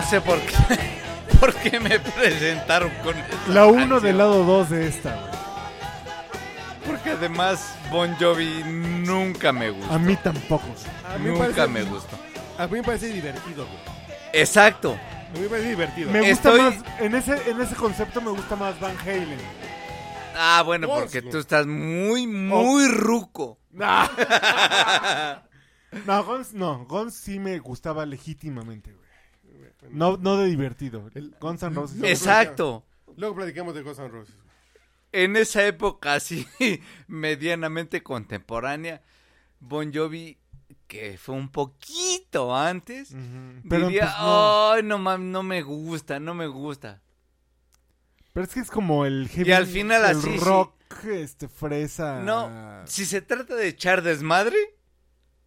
C: sé por qué, por qué me presentaron con esta
B: La 1
C: canción.
B: del lado 2 de esta, güey.
C: Porque además Bon Jovi nunca me
B: A
C: gustó.
B: mí tampoco. güey.
A: A mí, me
C: Nunca
A: parece,
C: me gustó.
A: a mí me parece divertido, güey.
C: Exacto.
A: A mí me parece divertido.
B: Me gusta
C: Estoy-
B: más. En ese, en ese concepto me gusta más Van Halen.
C: Ah, bueno,
A: Por
C: porque
A: sí.
C: tú estás
A: Oh.
C: muy, muy ruco.
B: No, Guns, no, Guns sí me gustaba legítimamente, güey. No, no de divertido. Guns N' Roses.
C: Exacto.
A: Luego platicamos de Guns N' Roses.
C: En esa época así medianamente contemporánea, Bon Jovi, que fue un poquito antes,
B: Ujú, Pero,
C: diría, oh.
B: pues, no.
C: ay, no mames, no me gusta, no me gusta.
B: Pero es que es como el heavy.
C: Y al final
B: el
C: así, sí.
B: rock, este,
A: Ah.
B: fresa.
C: No, si se trata de echar desmadre,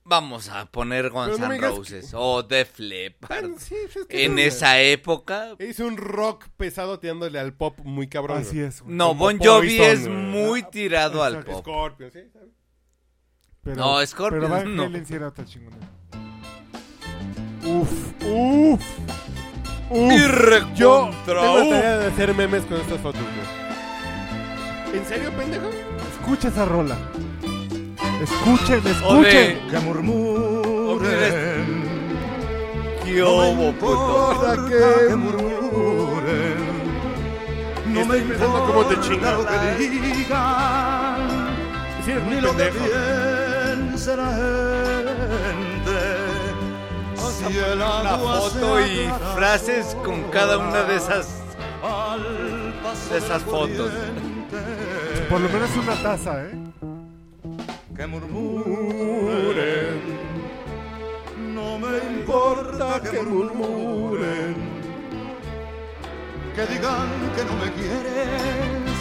C: vamos a poner Guns
A: no me
C: N'
A: digas que-
C: Roses o Def Leppard.
A: Bueno, sí, pues, es que
C: En
A: no,
C: esa época,
A: güey. Es un rock pesado tirándole al pop muy cabrón.
B: Así
A: güey.
B: es, güey.
C: no,
A: como
C: Bon Jovi
A: Poison,
C: Ah, es
A: güey.
C: muy tirado al
B: Exacto.
C: pop.
A: Scorpio, ¿sí?
B: Pero,
C: No, Scorpions,
B: Pero Van
C: no.
B: Halen sí era otra chingona. Uf, uf. Uf.
C: Y recontra-
A: Yo tengo la
C: uh,
A: tarea de hacer memes con estas fotos, güey. ¿En serio, pendejo?
B: Escucha esa rola. Escuchen,
C: O de-
B: escuchen.
I: Que
C: Horrible.
I: murmuren.
C: ¿Qué hubo, puto?
I: que murmuren. No me importa
A: cómo te chingas.
I: lo que digan.
A: Sí, eres muy
I: Ni lo que
A: pendejo.
I: piense la gente. Si el
C: una
I: agua
C: foto
I: se
C: y
I: aclara
C: frases con cada una de esas.
I: al paso
C: de esas
I: del
C: fotos.
I: corriente.
B: Por lo menos una taza, ¿eh?
I: que murmuren. No me importa que murmuren, que digan que no me quieres,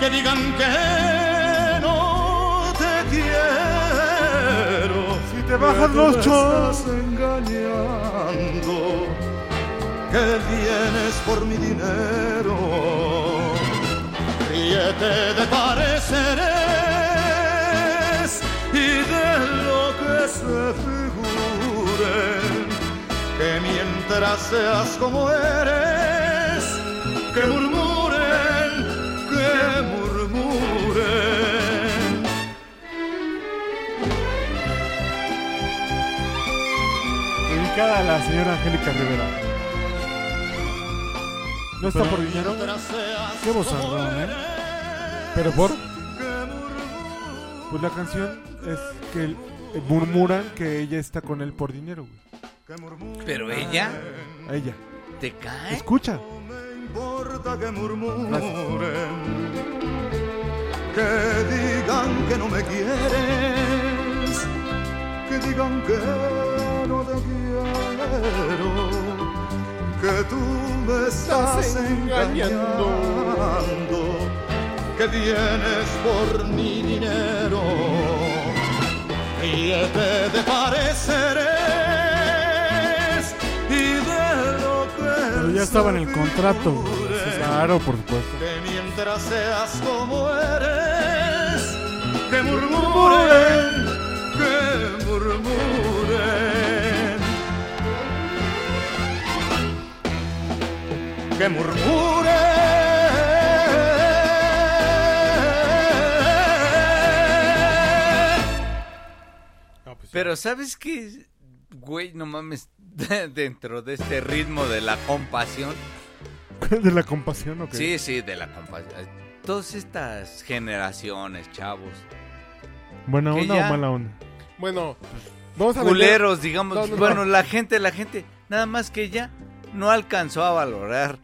I: que digan que no te quiero.
B: Si te bajas los
I: chos
B: chos.
I: engañando, que vienes por mi dinero. Ríete de pareceres y de lo que se figuren, que mientras seas como eres, que murmuren, que murmuren.
B: Dedicada a la señora Angélica Rivera. No está por dinero.
I: Mientras seas
D: Qué bozarrón, ¿eh?
B: ¿Pero por? Pues la canción es que el- eh, murmuran que ella está con él por dinero, güey.
C: Pero ella,
B: A ella.
C: ¿te cae?
B: Escucha.
I: importa que murmuren, que digan que no me quieres, que digan que no te quiero, que tú me estás
A: engañando.
I: engañando, que vienes por mi dinero. Ríete de pareceres y de lo que
D: Pero ya estaba en el contrato, güey.
B: Claro, por supuesto.
I: que mientras seas como eres, que murmuren, que murmuren. Que murmuren.
A: No, pues,
C: Pero ¿sabes qué? Güey, no mames, dentro de este ritmo de la compasión.
B: ¿De la compasión o qué?
C: Sí, sí, de la compasión. Todas estas generaciones, chavos.
B: ¿Buena
C: Que
B: onda
C: ya-
B: o mala onda?
A: Bueno, vamos a vender...
C: Culeros, digamos.
A: No, no, no.
C: bueno, la gente, la gente. Nada más que ella no alcanzó a valorar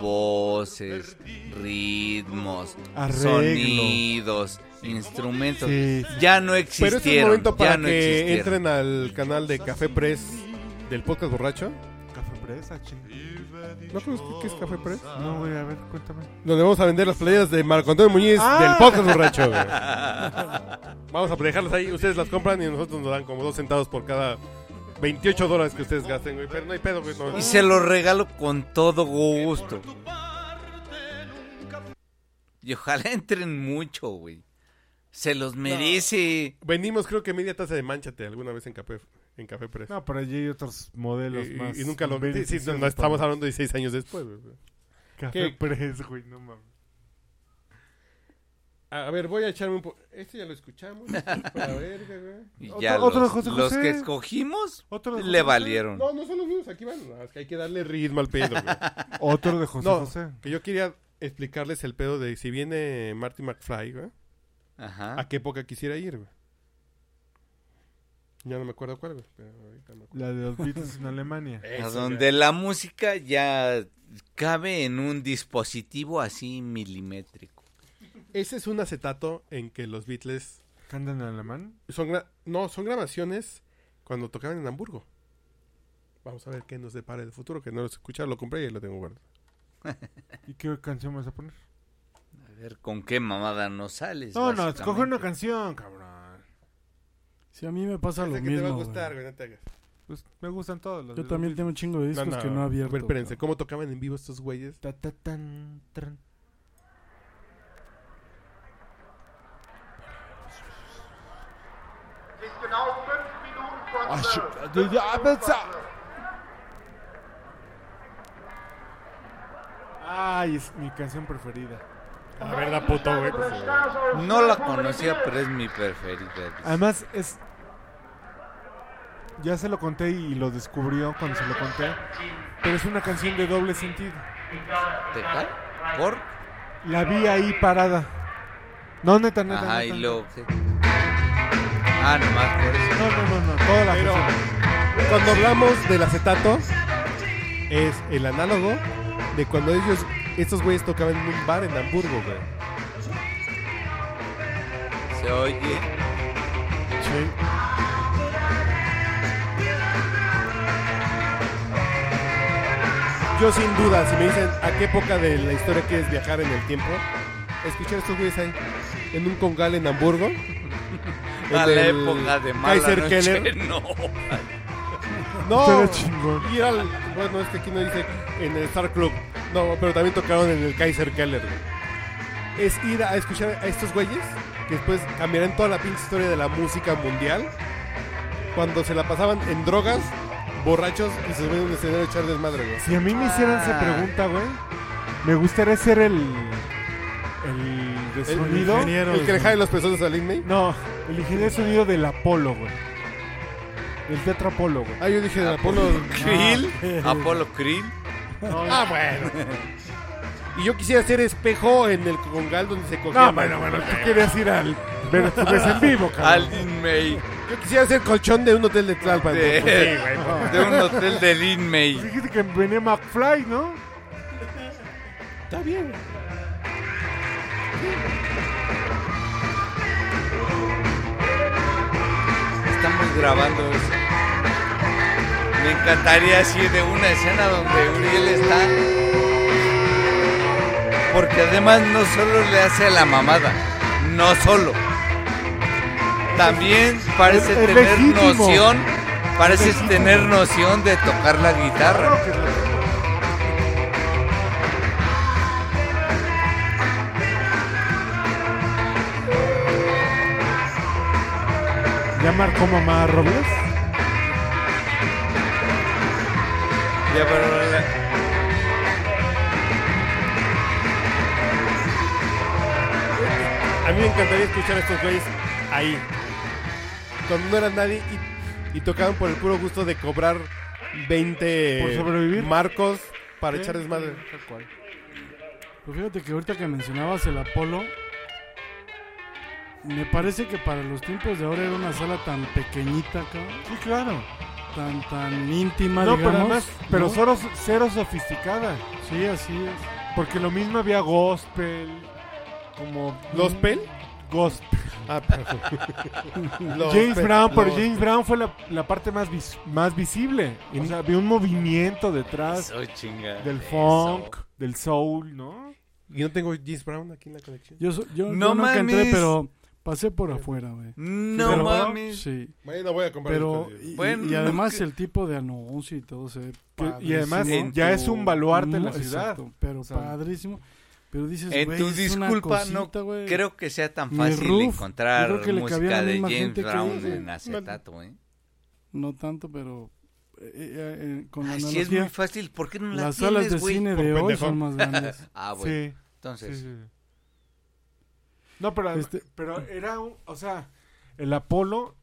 C: voces, ritmos,
B: Arreglo.
C: sonidos, instrumentos.
B: Sí.
C: Ya no
A: Pero
C: existieron.
A: este es el momento para
C: ya no
A: que
C: existieron.
A: entren al canal de Café Press del podcast borracho.
B: Café presa, ching.
A: ¿No conoces qué es Café Press?
B: No, güey, a ver, cuéntame.
A: Donde vamos a vender las playeras de Marco Antonio Muñiz del podcast borracho. güey. Vamos a dejarlas ahí, ustedes las compran y nosotros nos dan como dos centavos por cada 28 dólares que ustedes gasten, güey. Pero no hay pedo, güey. no.
C: Y se lo regalo con todo gusto. Y ojalá entren mucho, güey. Se los merece.
A: Vendimos creo que media taza de manchate alguna vez en Café, en Café Press.
B: No, pero allí hay otros
C: pues,
B: modelos
A: y,
B: más.
A: y nunca lo sí, sí, no,
B: beneficiosos
A: no estamos
B: para-
A: hablando de seis años después. güey.
B: Café
A: ¿Qué?
B: Press, güey, no mames.
A: A a ver, voy a echarme un po... Este ya lo escuchamos. para verga, güey.
C: Y
B: Otro-
C: ya
B: otro de
C: los,
B: José
C: los
B: José.
C: que escogimos
B: Otro de
C: le
B: José
C: valieron.
A: No, no son los mismos, aquí van. No, es que hay que darle ritmo al pedo, güey.
B: José. Otro de José
A: No.
B: José.
A: Que yo quería explicarles el pedo de si viene Marty McFly, güey,
C: Ajá.
A: ¿a qué época quisiera ir, güey? Ya no me acuerdo cuál, güey, pero ahorita me acuerdo.
B: La de los Beatles en Alemania.
C: A donde la música ya cabe en un dispositivo así milimétrico.
A: Ese es un acetato en que los Beatles
B: ¿Cantan en alemán?
A: son gra- no, son grabaciones cuando tocaban en Hamburgo. Vamos a ver qué nos depara el futuro, que no los escuchar, lo compré y ahí lo tengo guardado.
B: ¿Y qué canción vas a poner?
C: A ver, ¿con qué mamada no sales?
B: No, no,
C: básicamente?
B: escoge una canción, cabrón.
D: Si a mí me pasa lo
A: Ese que
D: mismo.
A: te va a
D: güey.
A: gustar, güey, no te hagas.
B: Pues me gustan todas las
D: Yo
B: de-
D: también tengo un chingo de discos que no he
A: A
D: abierto.
A: ver, espérense, ¿cómo tocaban en vivo estos güeyes?
B: Ta, ta, tan, tran. Ah, sh- de- de- ah, pensa- Ay, es mi canción preferida.
A: La verdad, puto, güey. pues, güey.
C: No la conocía, pero es mi preferida. dice.
B: Además, es. Ya se lo conté y lo descubrió cuando se lo conté. Pero es una canción de doble sentido.
C: ¿Te cae? ¿Por?
B: La vi ahí parada. No, neta, neta.
C: Ajá, y
B: neta.
C: luego... ¿qué? Ah, nomás por eso.
B: No, no, no, no. Toda la
A: Pero
B: canción.
A: cuando hablamos del acetato, es el análogo de cuando ellos, estos güeyes tocaban en un bar en Hamburgo, güey.
C: Se oye.
A: Yo sin duda, si me dicen a qué época de la historia quieres viajar en el tiempo, escuchar a estos güeyes ahí, en un congal en Hamburgo.
C: A
A: en
C: la
A: el
C: época de mala
A: Kaiser
C: noche,
A: Keller.
C: no.
A: No,
B: Estaría chingón.
A: ir al... Bueno, es que aquí no dice en el Star Club. No, pero también tocaron en el Kaiser Keller. güey. Es ir a escuchar a estos güeyes que después cambiarán toda la pinche historia de la música mundial. Cuando se la pasaban en drogas, borrachos y se subían a un escenario a echar desmadre, güey.
B: Si a mí me hicieran esa
C: Ah.
B: pregunta, güey, me gustaría ser el. El de
A: El-
B: sonido.
A: El, que le jale los pezones al Inmei.
B: No, el ingeniero de sonido del Apolo, güey. Del teatro Apolo, güey.
A: Ah, yo dije de Apolo.
C: Krill. Apolo Krill.
A: Ah, bueno. Y yo quisiera ser espejo en el congal donde se cogía.
B: tú querías ir al. Ver estuvies en vivo, cabrón.
C: Aldin May.
A: Yo quisiera ser colchón de un hotel de Tlalpan.
C: De,
A: güey.
C: de un hotel de Lin May.
B: pues, Dijiste que venía McFly, ¿no?
A: Está bien.
C: Estamos grabando eso. Me encantaría así de una escena donde Uriel está. Porque además no solo le hace la mamada, no solo. También parece
B: Es- es
C: tener
B: legítimo.
C: noción, parece tener noción de tocar la guitarra.
B: ¿Ya marcó mamá Robles?
C: Ya, pero la-
A: A mí me encantaría escuchar a estos güeyes ahí. Cuando no eran nadie y, y tocaban por el puro gusto de cobrar 20
B: Por sobrevivir.
A: marcos para echar desmadre.
D: Pero Pues fíjate que ahorita que mencionabas el Apolo, me parece que para los tiempos de ahora era una sala tan pequeñita, cabrón,
B: Sí, claro.
D: tan, tan íntima,
B: No, pero
D: Ah, digamos.
B: además, pero
D: ¿no?
B: cero, cero sofisticada.
D: Sí, así es.
B: Porque lo mismo había gospel, como...
A: ¿Los Pel?
B: Gospel.
A: Ah, perdón. Los
B: James
A: Pel-
B: Brown, pero
A: los-
B: James Brown fue la, la parte más, vis- más visible. O sea, había un movimiento
D: Ah,
B: detrás
C: Eso, chinga.
B: del
C: Eso.
B: funk, del soul, ¿no?
A: Y no tengo James Brown aquí en la colección.
D: Yo, so- yo,
C: No
D: no nunca entré,
C: mames.
D: pero pasé por afuera, güey.
C: No
D: Pero-
C: mames.
D: Sí,
A: Mañana voy a comprar
D: pero...
A: estos.
D: Y,
C: Bueno,
D: y además
C: que-
D: el tipo de anuncio y todo se ve
B: Que- y
D: padrísimo.
B: además
C: En
B: ya
C: tu-
B: es un baluarte en la
D: Mu-
B: ciudad.
D: exacto, pero
B: O sea,
D: padrísimo. Pero dices,
C: En
D: güey,
C: tu
D: es
C: disculpa,
D: una cosita,
C: no
D: güey.
C: creo que sea tan
D: Mi
C: fácil
D: roof,
C: encontrar
D: yo creo que le cabía
C: música
D: la
C: de
D: misma
C: James
D: gente que
C: Brown
D: yo,
C: en acetato, ¿eh?
D: no tanto, pero eh, eh, eh, con la
C: Ay, sí,
D: analogía,
C: es muy fácil. ¿Por qué no la
D: las salas de
C: tienes, güey?
D: cine
A: Por
D: de hoy
A: pendejo.
D: son más grandes.
C: Ah, bueno.
B: Sí, sí,
C: Entonces,
B: sí, sí. No, pero,
D: Este-
B: pero era un, o sea, el Apolo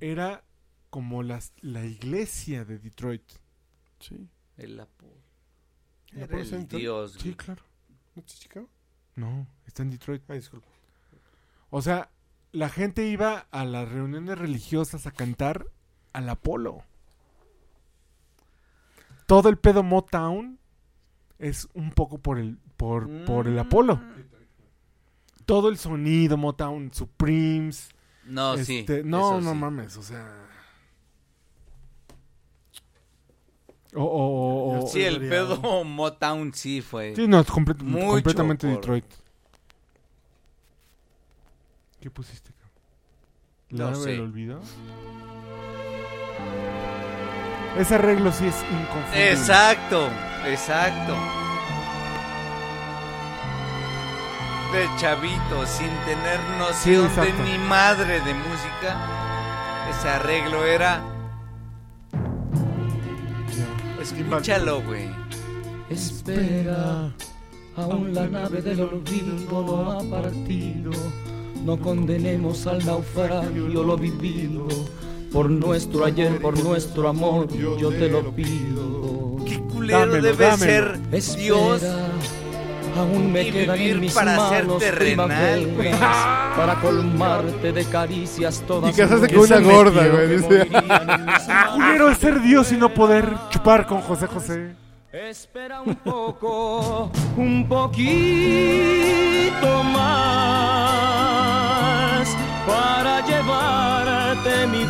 B: era como las, la iglesia de Detroit.
D: Sí.
C: el Apolo.
A: ¿El
C: Era
A: Apolo
C: el
A: Center?
C: dios, güey.
B: claro.
A: Pues, ¿No está Chicago?
B: No, está en Detroit.
A: Ay, Ah, disculpa.
B: O sea, la gente iba a las reuniones religiosas a cantar al Apolo. Todo el pedo Motown es un poco por el por, por
A: Mm.
B: el Apolo. Todo el sonido Motown, Supremes.
C: No,
B: este,
C: Oh, sí.
B: no,
C: eso
B: no
C: sí.
B: mames, o sea. O, o- o- o-
C: Sí, el pedo Motown sí fue.
B: Sí, no, es comple-
C: Mucho
B: completamente
C: por-
B: Detroit. ¿Qué pusiste, cabrón? ¿La
C: No
B: nave
C: sé.
B: del olvido? Ese arreglo sí es inconfundible.
C: Exacto, exacto. De chavito, sin tener noción de
B: exacto.
C: ni madre de música, ese arreglo era. Escúchalo, güey.
B: Pues,
J: Espera, Este, aún la nave del olvido no ha partido. No condenemos al naufragio lo vivido. Por nuestro ayer, por nuestro amor, yo te lo pido.
C: Qué culero
B: Dámelo,
C: debe
B: dámelo.
C: ser Dios.
J: Espera, aún me
C: y
J: quedan
C: vivir
J: en mis
C: para ser
J: manos
C: terrenal,
J: primaveras,
C: güey.
J: para colmarte de caricias todas.
A: Y casarse con
J: nuevas.
A: una gorda, güey.
J: Que
A: Dice.
J: morirían en mis
B: Culero es ser Dios y no poder chupar con José José.
J: Espera un poco, un poquito más para llevarte mi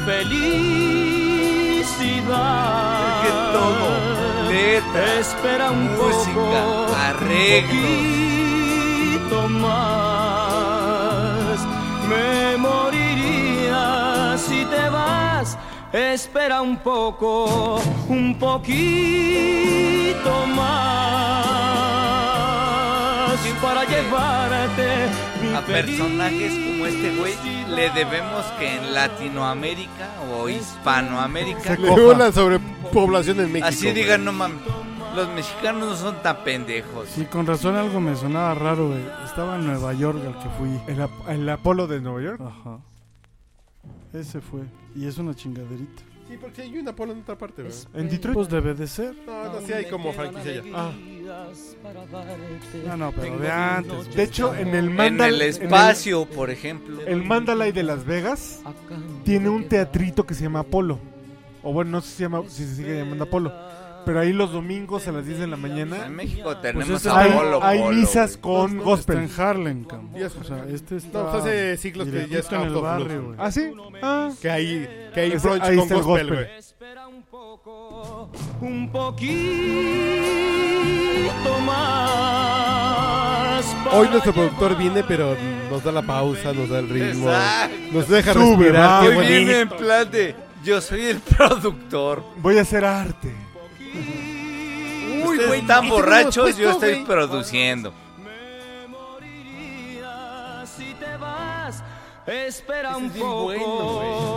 J: felicidad.
C: Porque todo, letra,
J: Espera un
C: música,
J: poco,
C: arreglos.
J: un poquito más. Me moriría si te vas. Espera un poco, un poquito más para llevarte mi
C: A personajes como este güey
J: felicidad.
C: le debemos que en Latinoamérica o Hispanoamérica
A: Le hubo una sobrepoblación en México.
C: Así
A: güey.
C: digan, no mames. Los mexicanos no son tan pendejos.
D: Sí, con razón algo me sonaba raro, güey. Estaba en Nueva York al que fui.
B: El, ap- el Apolo de Nueva York.
D: Ajá. Ese fue. Y es una chingaderita.
A: Sí, porque hay una polo en otra parte, güey.
B: En Detroit.
D: Pues debe de ser.
A: No, no, sí hay como franquicia ya.
D: No, no, pero de antes. güey.
B: De hecho, en el
C: En
B: Mandalay.
C: el espacio, por ejemplo.
B: el Mandalay de Las Vegas tiene un teatrito que se llama Apolo. O bueno, no sé si se, llama, si se sigue llamando Apolo. Pero ahí los domingos a las 10 de la
C: En
B: mañana
C: México tenemos
D: Pues eso
C: a
B: hay,
C: Polo
B: hay
C: Polo,
B: misas
C: güey.
B: con
D: Está en
B: gospel.
D: Harlem, cabrón.
A: Y eso.
D: O sea, este está.
A: No, pues hace siglos que ya
D: directito
A: está
D: en el
A: Pablo
D: barrio,
A: Cruz.
D: güey.
B: ¿Ah, sí? Ah.
A: Que hay, que hay
B: Ese-
A: brunch
B: ahí
A: con
B: está el
A: gospel,
B: gospel.
A: güey.
J: Espera un poco, un poquito más.
A: Hoy nuestro productor viene, pero nos da la pausa, nos da el ritmo.
C: Exacto.
A: Nos deja
B: Sube, va.
A: respirar. qué
C: Hoy
A: bonito.
C: viene en plan de, Yo soy el productor.
B: Voy a hacer arte.
C: Ustedes están borrachos, yo estoy produciendo.
J: Me moriría si te vas. Espera
C: Ese
J: un
C: es bien
J: poco,
C: bueno,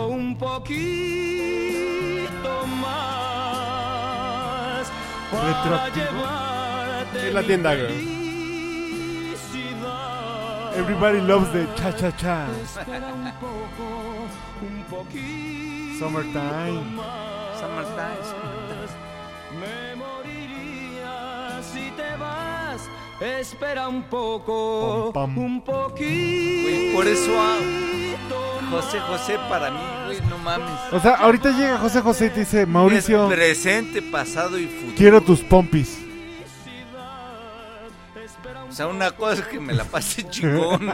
C: güey.
J: un poquito más. Para
B: Retroactivo.
J: llevarte
A: Es la
J: mi
A: tienda, güey.
J: felicidad.
B: Everybody loves the cha cha cha.
J: Espera un poco, un poquito
B: Summertime.
J: más. Me moriría si te vas. Espera un poco,
B: Pam, pam.
J: un poquito.
C: Güey, por eso a José José para mí, güey, no mames.
B: O sea, ahorita llega José José y te dice, Mauricio,
C: Es presente, pasado y futuro.
B: quiero tus pompis.
J: Espera un
C: O sea, una cosa es que me la pase chingón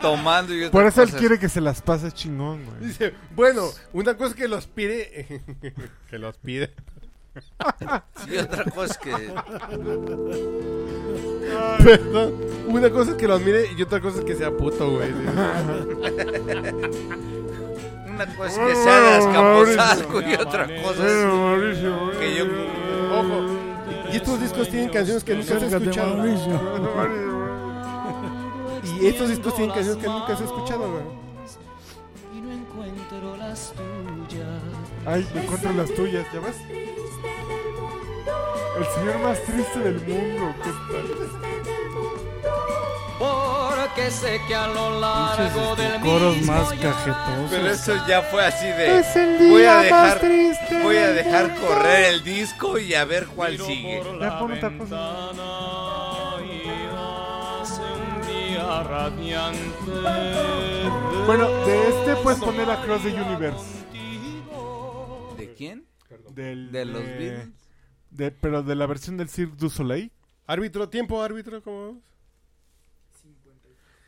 C: tomando y otra
B: Por eso él
C: cosa es-
B: quiere que se las pase chingón, güey.
A: Dice, bueno, una cosa es que los pide. que los pide.
C: Y otra cosa es que
A: Perdón. Una cosa es que los mire y otra cosa es que sea puto, güey.
C: Una cosa es que se haga
B: Oh,
C: escaposalco y otra cosa es
B: Mauricio,
C: que yo
A: Ojo. Y estos discos tienen canciones que nunca se
D: Cerca
A: han
D: de
A: escuchado.
D: Mauricio.
A: Y estos discos tienen canciones que nunca se han escuchado, güey.
J: y no encuentro las tuyas.
B: Ay, encuentro las tuyas, ¿ya ves? El señor más triste del mundo. ¿qué tal?
J: Porque sé que a lo largo del
D: Coros
J: mismo
D: más
J: yo-
C: Pero
D: cajetosos.
C: eso ya fue así de. Eh, voy a dejar, voy a dejar correr el disco y a ver cuál sigue.
B: Ya pon otra cosa. Bueno, de este puedes poner a Cross the Universe.
C: ¿De quién?
B: Del, eh,
C: De los Beatles.
B: de- pero de la versión del Cirque du Soleil.
A: Árbitro, tiempo, árbitro, ¿cómo vamos?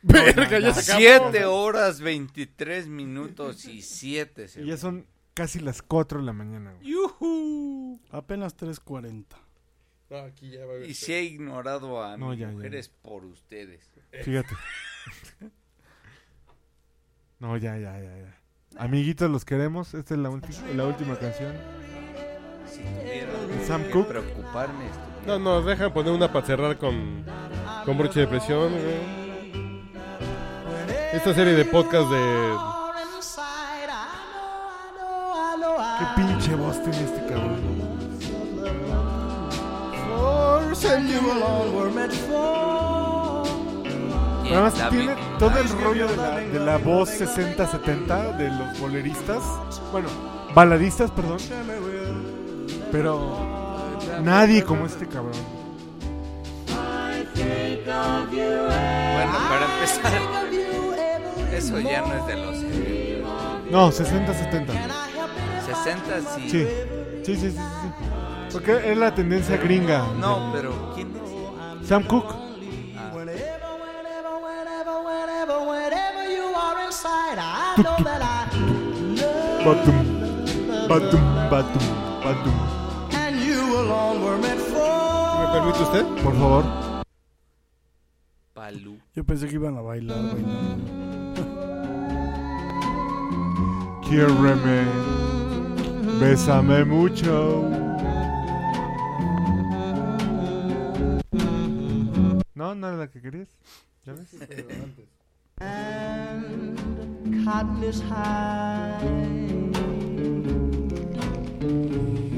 A: Verga, ya se acabó.
C: 7 horas 23 minutos y 7
B: Y ya son casi las 4 de la mañana. güey.
D: Apenas 3.40.
A: No, aquí ya va a haber-
C: Y si he ignorado a
B: No,
C: mis
B: ya, ya.
C: mujeres por ustedes.
B: Fíjate. No, ya, ya, ya, ya. Amiguitos, los queremos. Esta es la, ulti- la última canción.
C: Si tuvieran
B: Sam
C: que
B: Cooke.
C: preocuparme, estuvieran-
A: No, nos dejan poner una para cerrar con, con broche de presión. güey. Esta serie de podcast de...
B: Qué pinche voz tiene este cabrón.
C: Y
B: Nada más
C: la
B: tiene
C: vi-
B: todo el rollo de la, de la voz 60-70 de los boleristas. Bueno, baladistas, perdón. Pero nadie como este cabrón.
C: Bueno, para empezar, eso ya no es de los 70.
B: No, 60-70.
C: 60 sí.
B: Sí. Sí, sí, sí, sí, sí. Porque es la tendencia gringa.
C: No, pero ¿quién es?
B: Sam Cooke. Batum. Batum, batum, batum.
A: ¿Me permite usted?
B: Por favor.
C: Palú.
D: Yo pensé que iban a bailar, bailar.
B: Quiéreme. Bésame mucho. No, no era la que querías. ¿Ya ves?
J: cotton is high.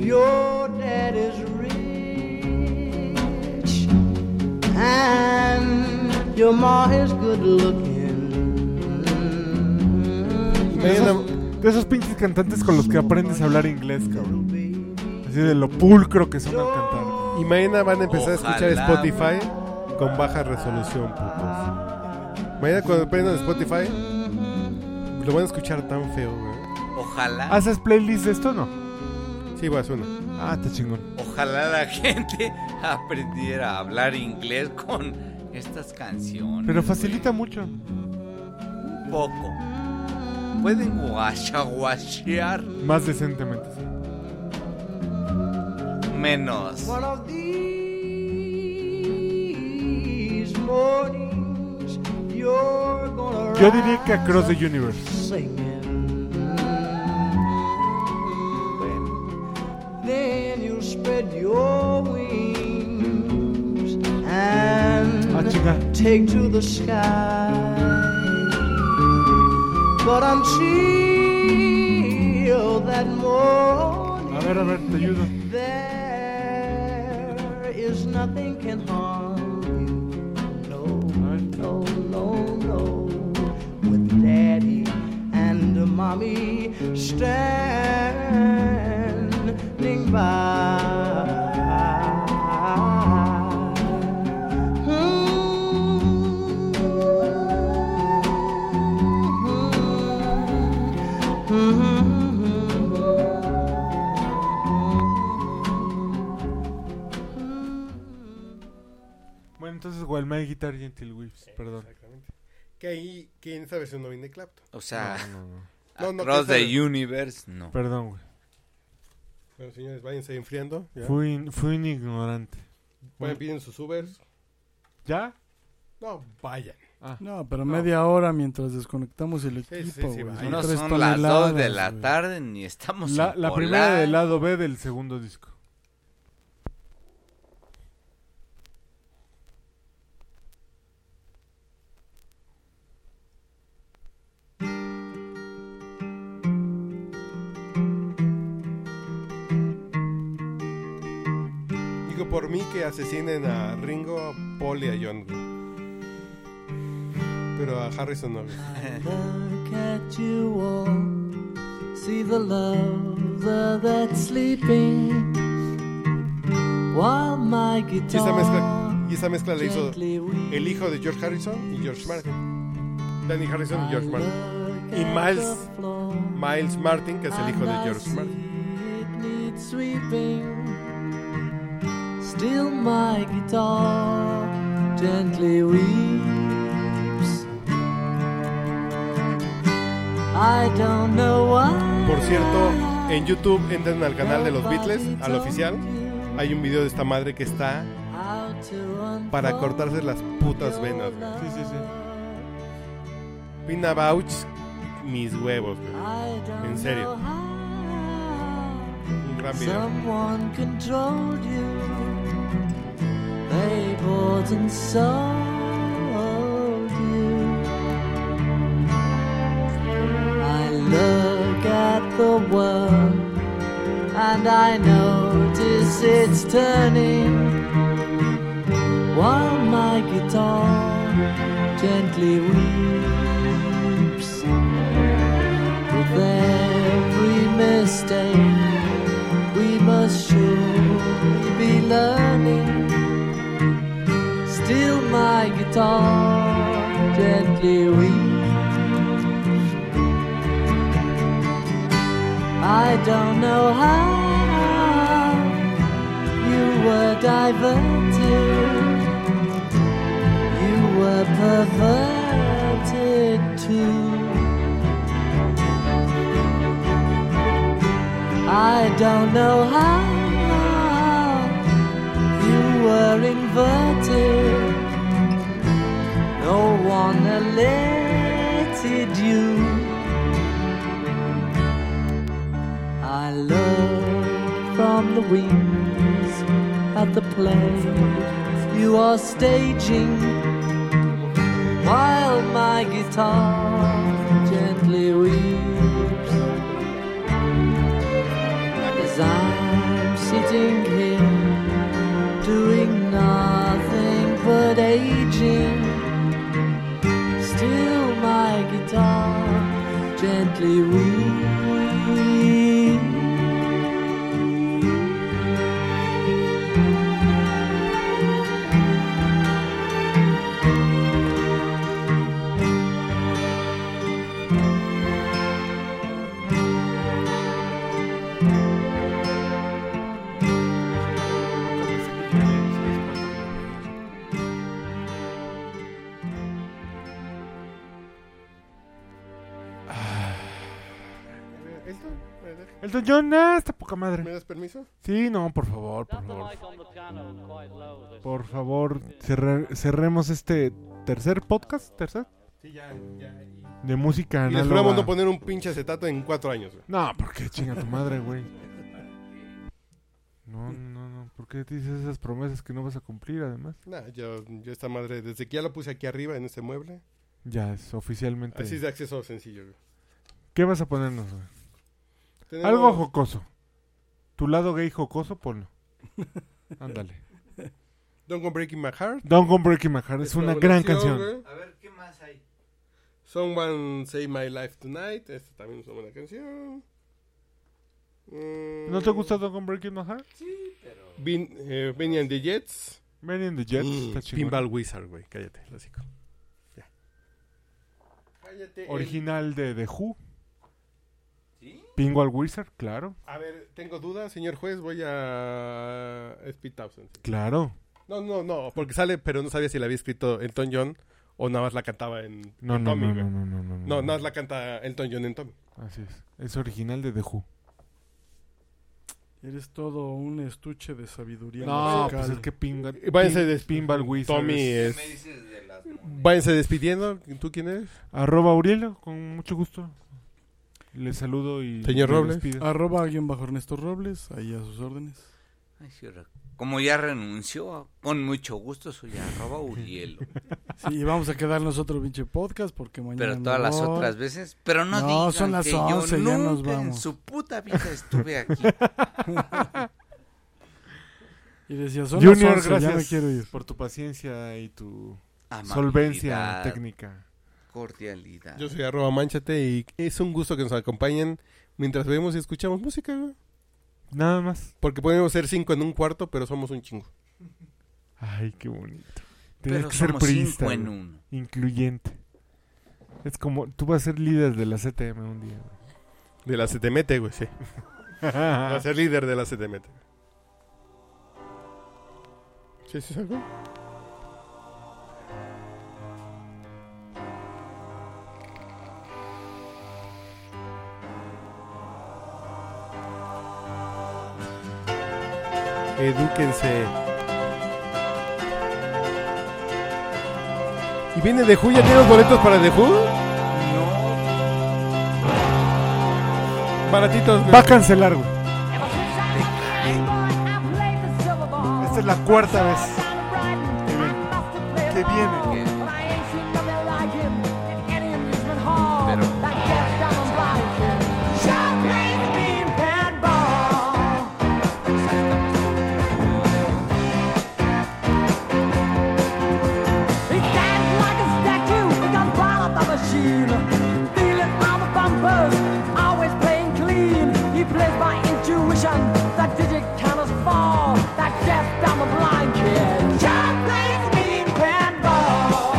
J: Your dad is rich, and your ma is good looking.
B: De esos, de esos pinches cantantes con los que aprendes a hablar inglés, cabrón. Así de lo pulcro que son al cantar.
A: Y mañana van a empezar a escuchar
C: Ojalá.
A: Spotify con baja resolución, putos. Mañana cuando prendan Spotify, lo van a escuchar tan feo, güey.
C: Ojalá,
B: ¿Haces playlist de esto o no?
A: Sí, vas una.
B: Ah, está chingón.
C: ojalá la gente aprendiera a hablar inglés con estas canciones.
B: Pero facilita mucho.
C: Un poco. Pueden guachaguachear
B: Más decentemente. sí.
C: menos.
J: One of these mornings, you're gonna
B: Yo diría que Across the Universe.
J: Then you spread your wings and
B: Ah, chica.
J: take to the sky. But until that
B: A
J: morning,
B: ver, a ver, te ayudo.
J: there is nothing can harm you. No, no, no, no. With daddy and mommy standing by. Hmm.
B: Bueno, entonces, While My Guitar Gentle Weeps, perdón.
A: Que ahí, que en esta versión no viene Clapton.
C: O sea,
B: No, no, no.
A: No, no,
C: Across
A: que esta-
C: the Universe, no.
B: Perdón, güey.
A: Bueno, señores, váyanse enfriando. ¿ya?
B: Fui, in- fui un ignorante.
A: Vayan pidiendo sus Ubers.
B: ¿Ya?
A: No, vayan.
D: No, pero media hora mientras desconectamos el
A: sí,
D: equipo,
A: sí,
D: güey.
A: vaya.
D: Son
C: No
D: tres
C: son las 2 de
D: toneladas,
C: la
D: güey.
C: tarde ni estamos
B: La,
C: en
B: la
C: Polar.
B: primera del lado B del segundo disco.
A: por mí que asesinen a Ringo, Paul y a John. güey. Pero a Harrison no. güey.
J: Look at you all. See the lover that's sleeping. While my
A: Y esa
J: guitar
A: mezcla, y esa mezcla la hizo
J: gently
A: el hijo de George Harrison y George Martin. Danny Harrison y George Martin. Y Miles, Miles Martin, que es el hijo de George Martin.
J: Still my guitar gently weeps. I don't know why.
A: Por cierto, en YouTube entran al canal de los Beatles, al oficial. Hay un video de esta madre que está para cortarse las putas venas. güey.
B: Sí, sí, sí.
A: Pina Bausch, mis huevos, güey. En serio. Un gran video.
J: Someone controlled you. They bought and sold you. I look at the world and I notice it's turning while my guitar gently weeps. With every mistake. We must surely be learning. Still, my guitar gently weeps. I don't know how you were diverted. You were perverted too. I don't know how you were inverted. No one alerted you. I look from the wings at the play you are staging while my guitar gently weeps. As I'm sitting here doing nothing but aging, still my guitar gently weeps.
B: Elton John, ah, está poca madre.
A: ¿Me das permiso?
B: Sí, no, por favor, por favor. Por favor, cerre- cerremos este tercer podcast, tercer,
A: Sí, ya, ya.
B: de música
A: Y les juramos no
B: análoga.
A: poner un pinche acetato en cuatro años. güey.
B: No, porque chinga tu madre, güey. No, no, no, ¿por qué te dices esas promesas que no vas a cumplir, además?
A: Nah, yo, yo esta madre, desde que ya la puse aquí arriba en este mueble,
B: Ya, es oficialmente.
A: así es de acceso sencillo. güey.
B: ¿Qué vas a ponernos? güey?
A: Tenemos-
B: Algo jocoso. Tu lado gay jocoso, ponlo. Ándale.
A: Don't Go Breaking My Heart.
B: Don't Go Breaking My Heart es una gran canción.
A: güey.
C: A ver, ¿qué más hay?
A: Someone Save My Life Tonight. Esta también es una buena canción. Mm,
B: ¿No te gusta Don't Go Breaking My Heart?
A: Vin- eh, Benny and the Jets.
B: Mary and the Jets
A: Mm,
B: está chingón.
A: Pinball Wizard, güey. Cállate, clásico. Ya. Cállate.
B: Original de The Who. Pingual Wizard, claro.
A: A ver, tengo dudas, señor juez. Voy a. Speed Thousand.
B: Claro.
A: No, no, no. Porque sale, pero no sabía si la había escrito Elton John o nada más la cantaba en,
B: No,
A: en
B: no,
A: Tommy,
B: no,
A: güey.
B: no, no, no, no,
A: No,
B: no.
A: nada más la canta Elton John en Tommy.
B: Así es. Es original de The Who.
D: Eres todo un estuche de sabiduría.
B: No,
D: musical.
B: pues es que pinga.
A: Y váyanse de-
B: Pinball Wizard.
A: Tommy
B: es-
C: ¿Qué me
A: es.
C: dices de las
A: Váyanse despidiendo. ¿Tú quién eres?
B: Arroba Aurelio, con mucho gusto. Les saludo y.
A: Señor
B: me
A: Robles.
B: despido.
D: Arroba guión bajo Ernesto Robles, ahí a sus órdenes.
C: Ay, sí, re- Como ya renunció, con mucho gusto soy arroba Urielo.
D: Sí, y vamos a quedarnos otro pinche podcast porque mañana.
C: Pero
D: me
C: todas las
D: voy.
C: otras veces, pero no,
D: No,
C: digan
D: son las
C: que yo
D: 11, ya
C: nunca
D: nos
C: en
D: vamos.
C: su puta vida estuve aquí.
D: Y decía, son las
B: Junior,
D: 11, ya me
B: gracias
D: quiero ir.
B: por tu paciencia y tu
C: Amabilidad,
B: solvencia técnica.
C: Cordialidad.
A: Yo soy arroba manchate y es un gusto que nos acompañen mientras vemos y escuchamos música, güey.
B: Nada más.
A: Porque podemos ser cinco en un cuarto, pero somos un chingo.
B: Ay, qué bonito. Tienes
C: Pero
B: que ser
C: somos
B: priista,
C: cinco en
B: güey.
C: uno.
B: incluyente. Es como, tú vas a ser líder de la CTM un día. güey.
A: De la CTMT, güey, sí. Va a ser líder de la CTMT. ¿Sí, sí, algo? Edúquense. ¿Y viene de Who? ¿Ya tienes boletos para de Who?
C: No,
A: Baratitos. güey.
B: Va a cancelar, güey. Esta es la cuarta vez. Que viene.
C: que- pero
E: That digit counters fall, that deaf, dumb, and blind kid. Child plays mean pinball.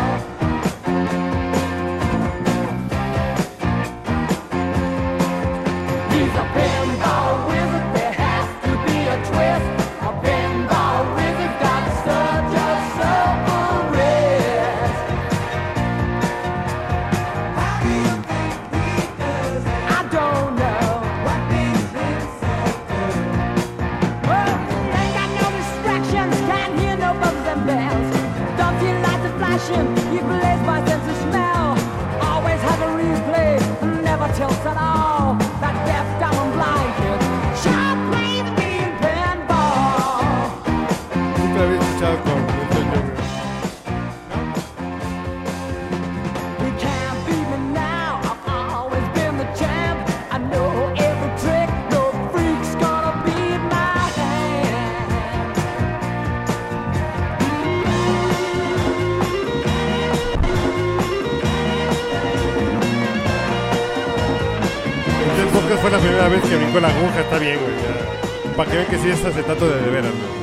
E: He's a pinball wizard, there has to be a twist. A pinball wizard got such a silver wrist. How do you think he does it? I don't know. What makes him so good? Well, he ain't got no distractions, can't hear no bums and bells. Don't see lights are flashing, he plays by sense of smell. Always has a replay, never tilts at all. That deaf, dumb, and blind kid. Sharp plays the pinball.
A: Nunca lo había escuchado con Elton John, güey.
E: You can't beat me now. I've always been the champ. I know every trick. No freak's gonna beat my hand.
A: Entonces, podcast fue la primera vez que brincó la aguja, está bien, güey. ya. Para que vean que sí es acetato de de veras, güey.